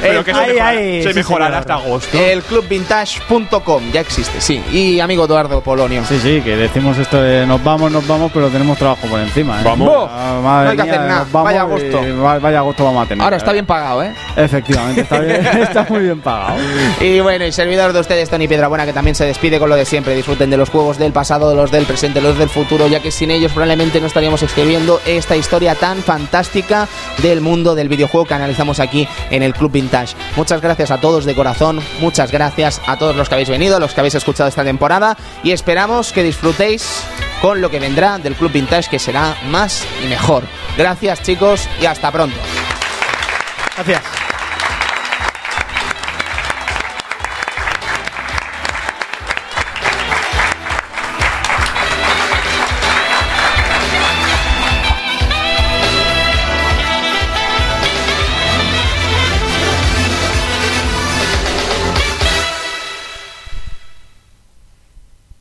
Pero que se, ay, mejora- ay, se sí, mejorará hasta señor. agosto. El clubvintage.com ya existe, sí. Y amigo Eduardo Polonio. Sí, sí, que decimos esto de nos vamos, nos vamos, pero tenemos trabajo por encima. ¿eh? Vamos. ¡Bof! Ah, madre No hay que mía, hacer nada. nos vamos Vaya y agosto. va- Vaya agosto vamos a tener. Ahora está bien pagado, ¿eh? Efectivamente, está, bien- está muy bien pagado. Y bueno, y servidor de ustedes, Tony Piedrabuena, que también se despide con lo de siempre. Disfruten de los juegos del pasado, de los del presente, los del futuro, ya que sin ellos probablemente no estaríamos escribiendo esta historia tan fantástica del mundo del videojuego que analizamos aquí en el Club Vintage. Muchas gracias a todos de corazón, muchas gracias a todos los que habéis venido, los que habéis escuchado esta temporada y esperamos que disfrutéis con lo que vendrá del Club Vintage, que será más y mejor. Gracias chicos y hasta pronto. Gracias.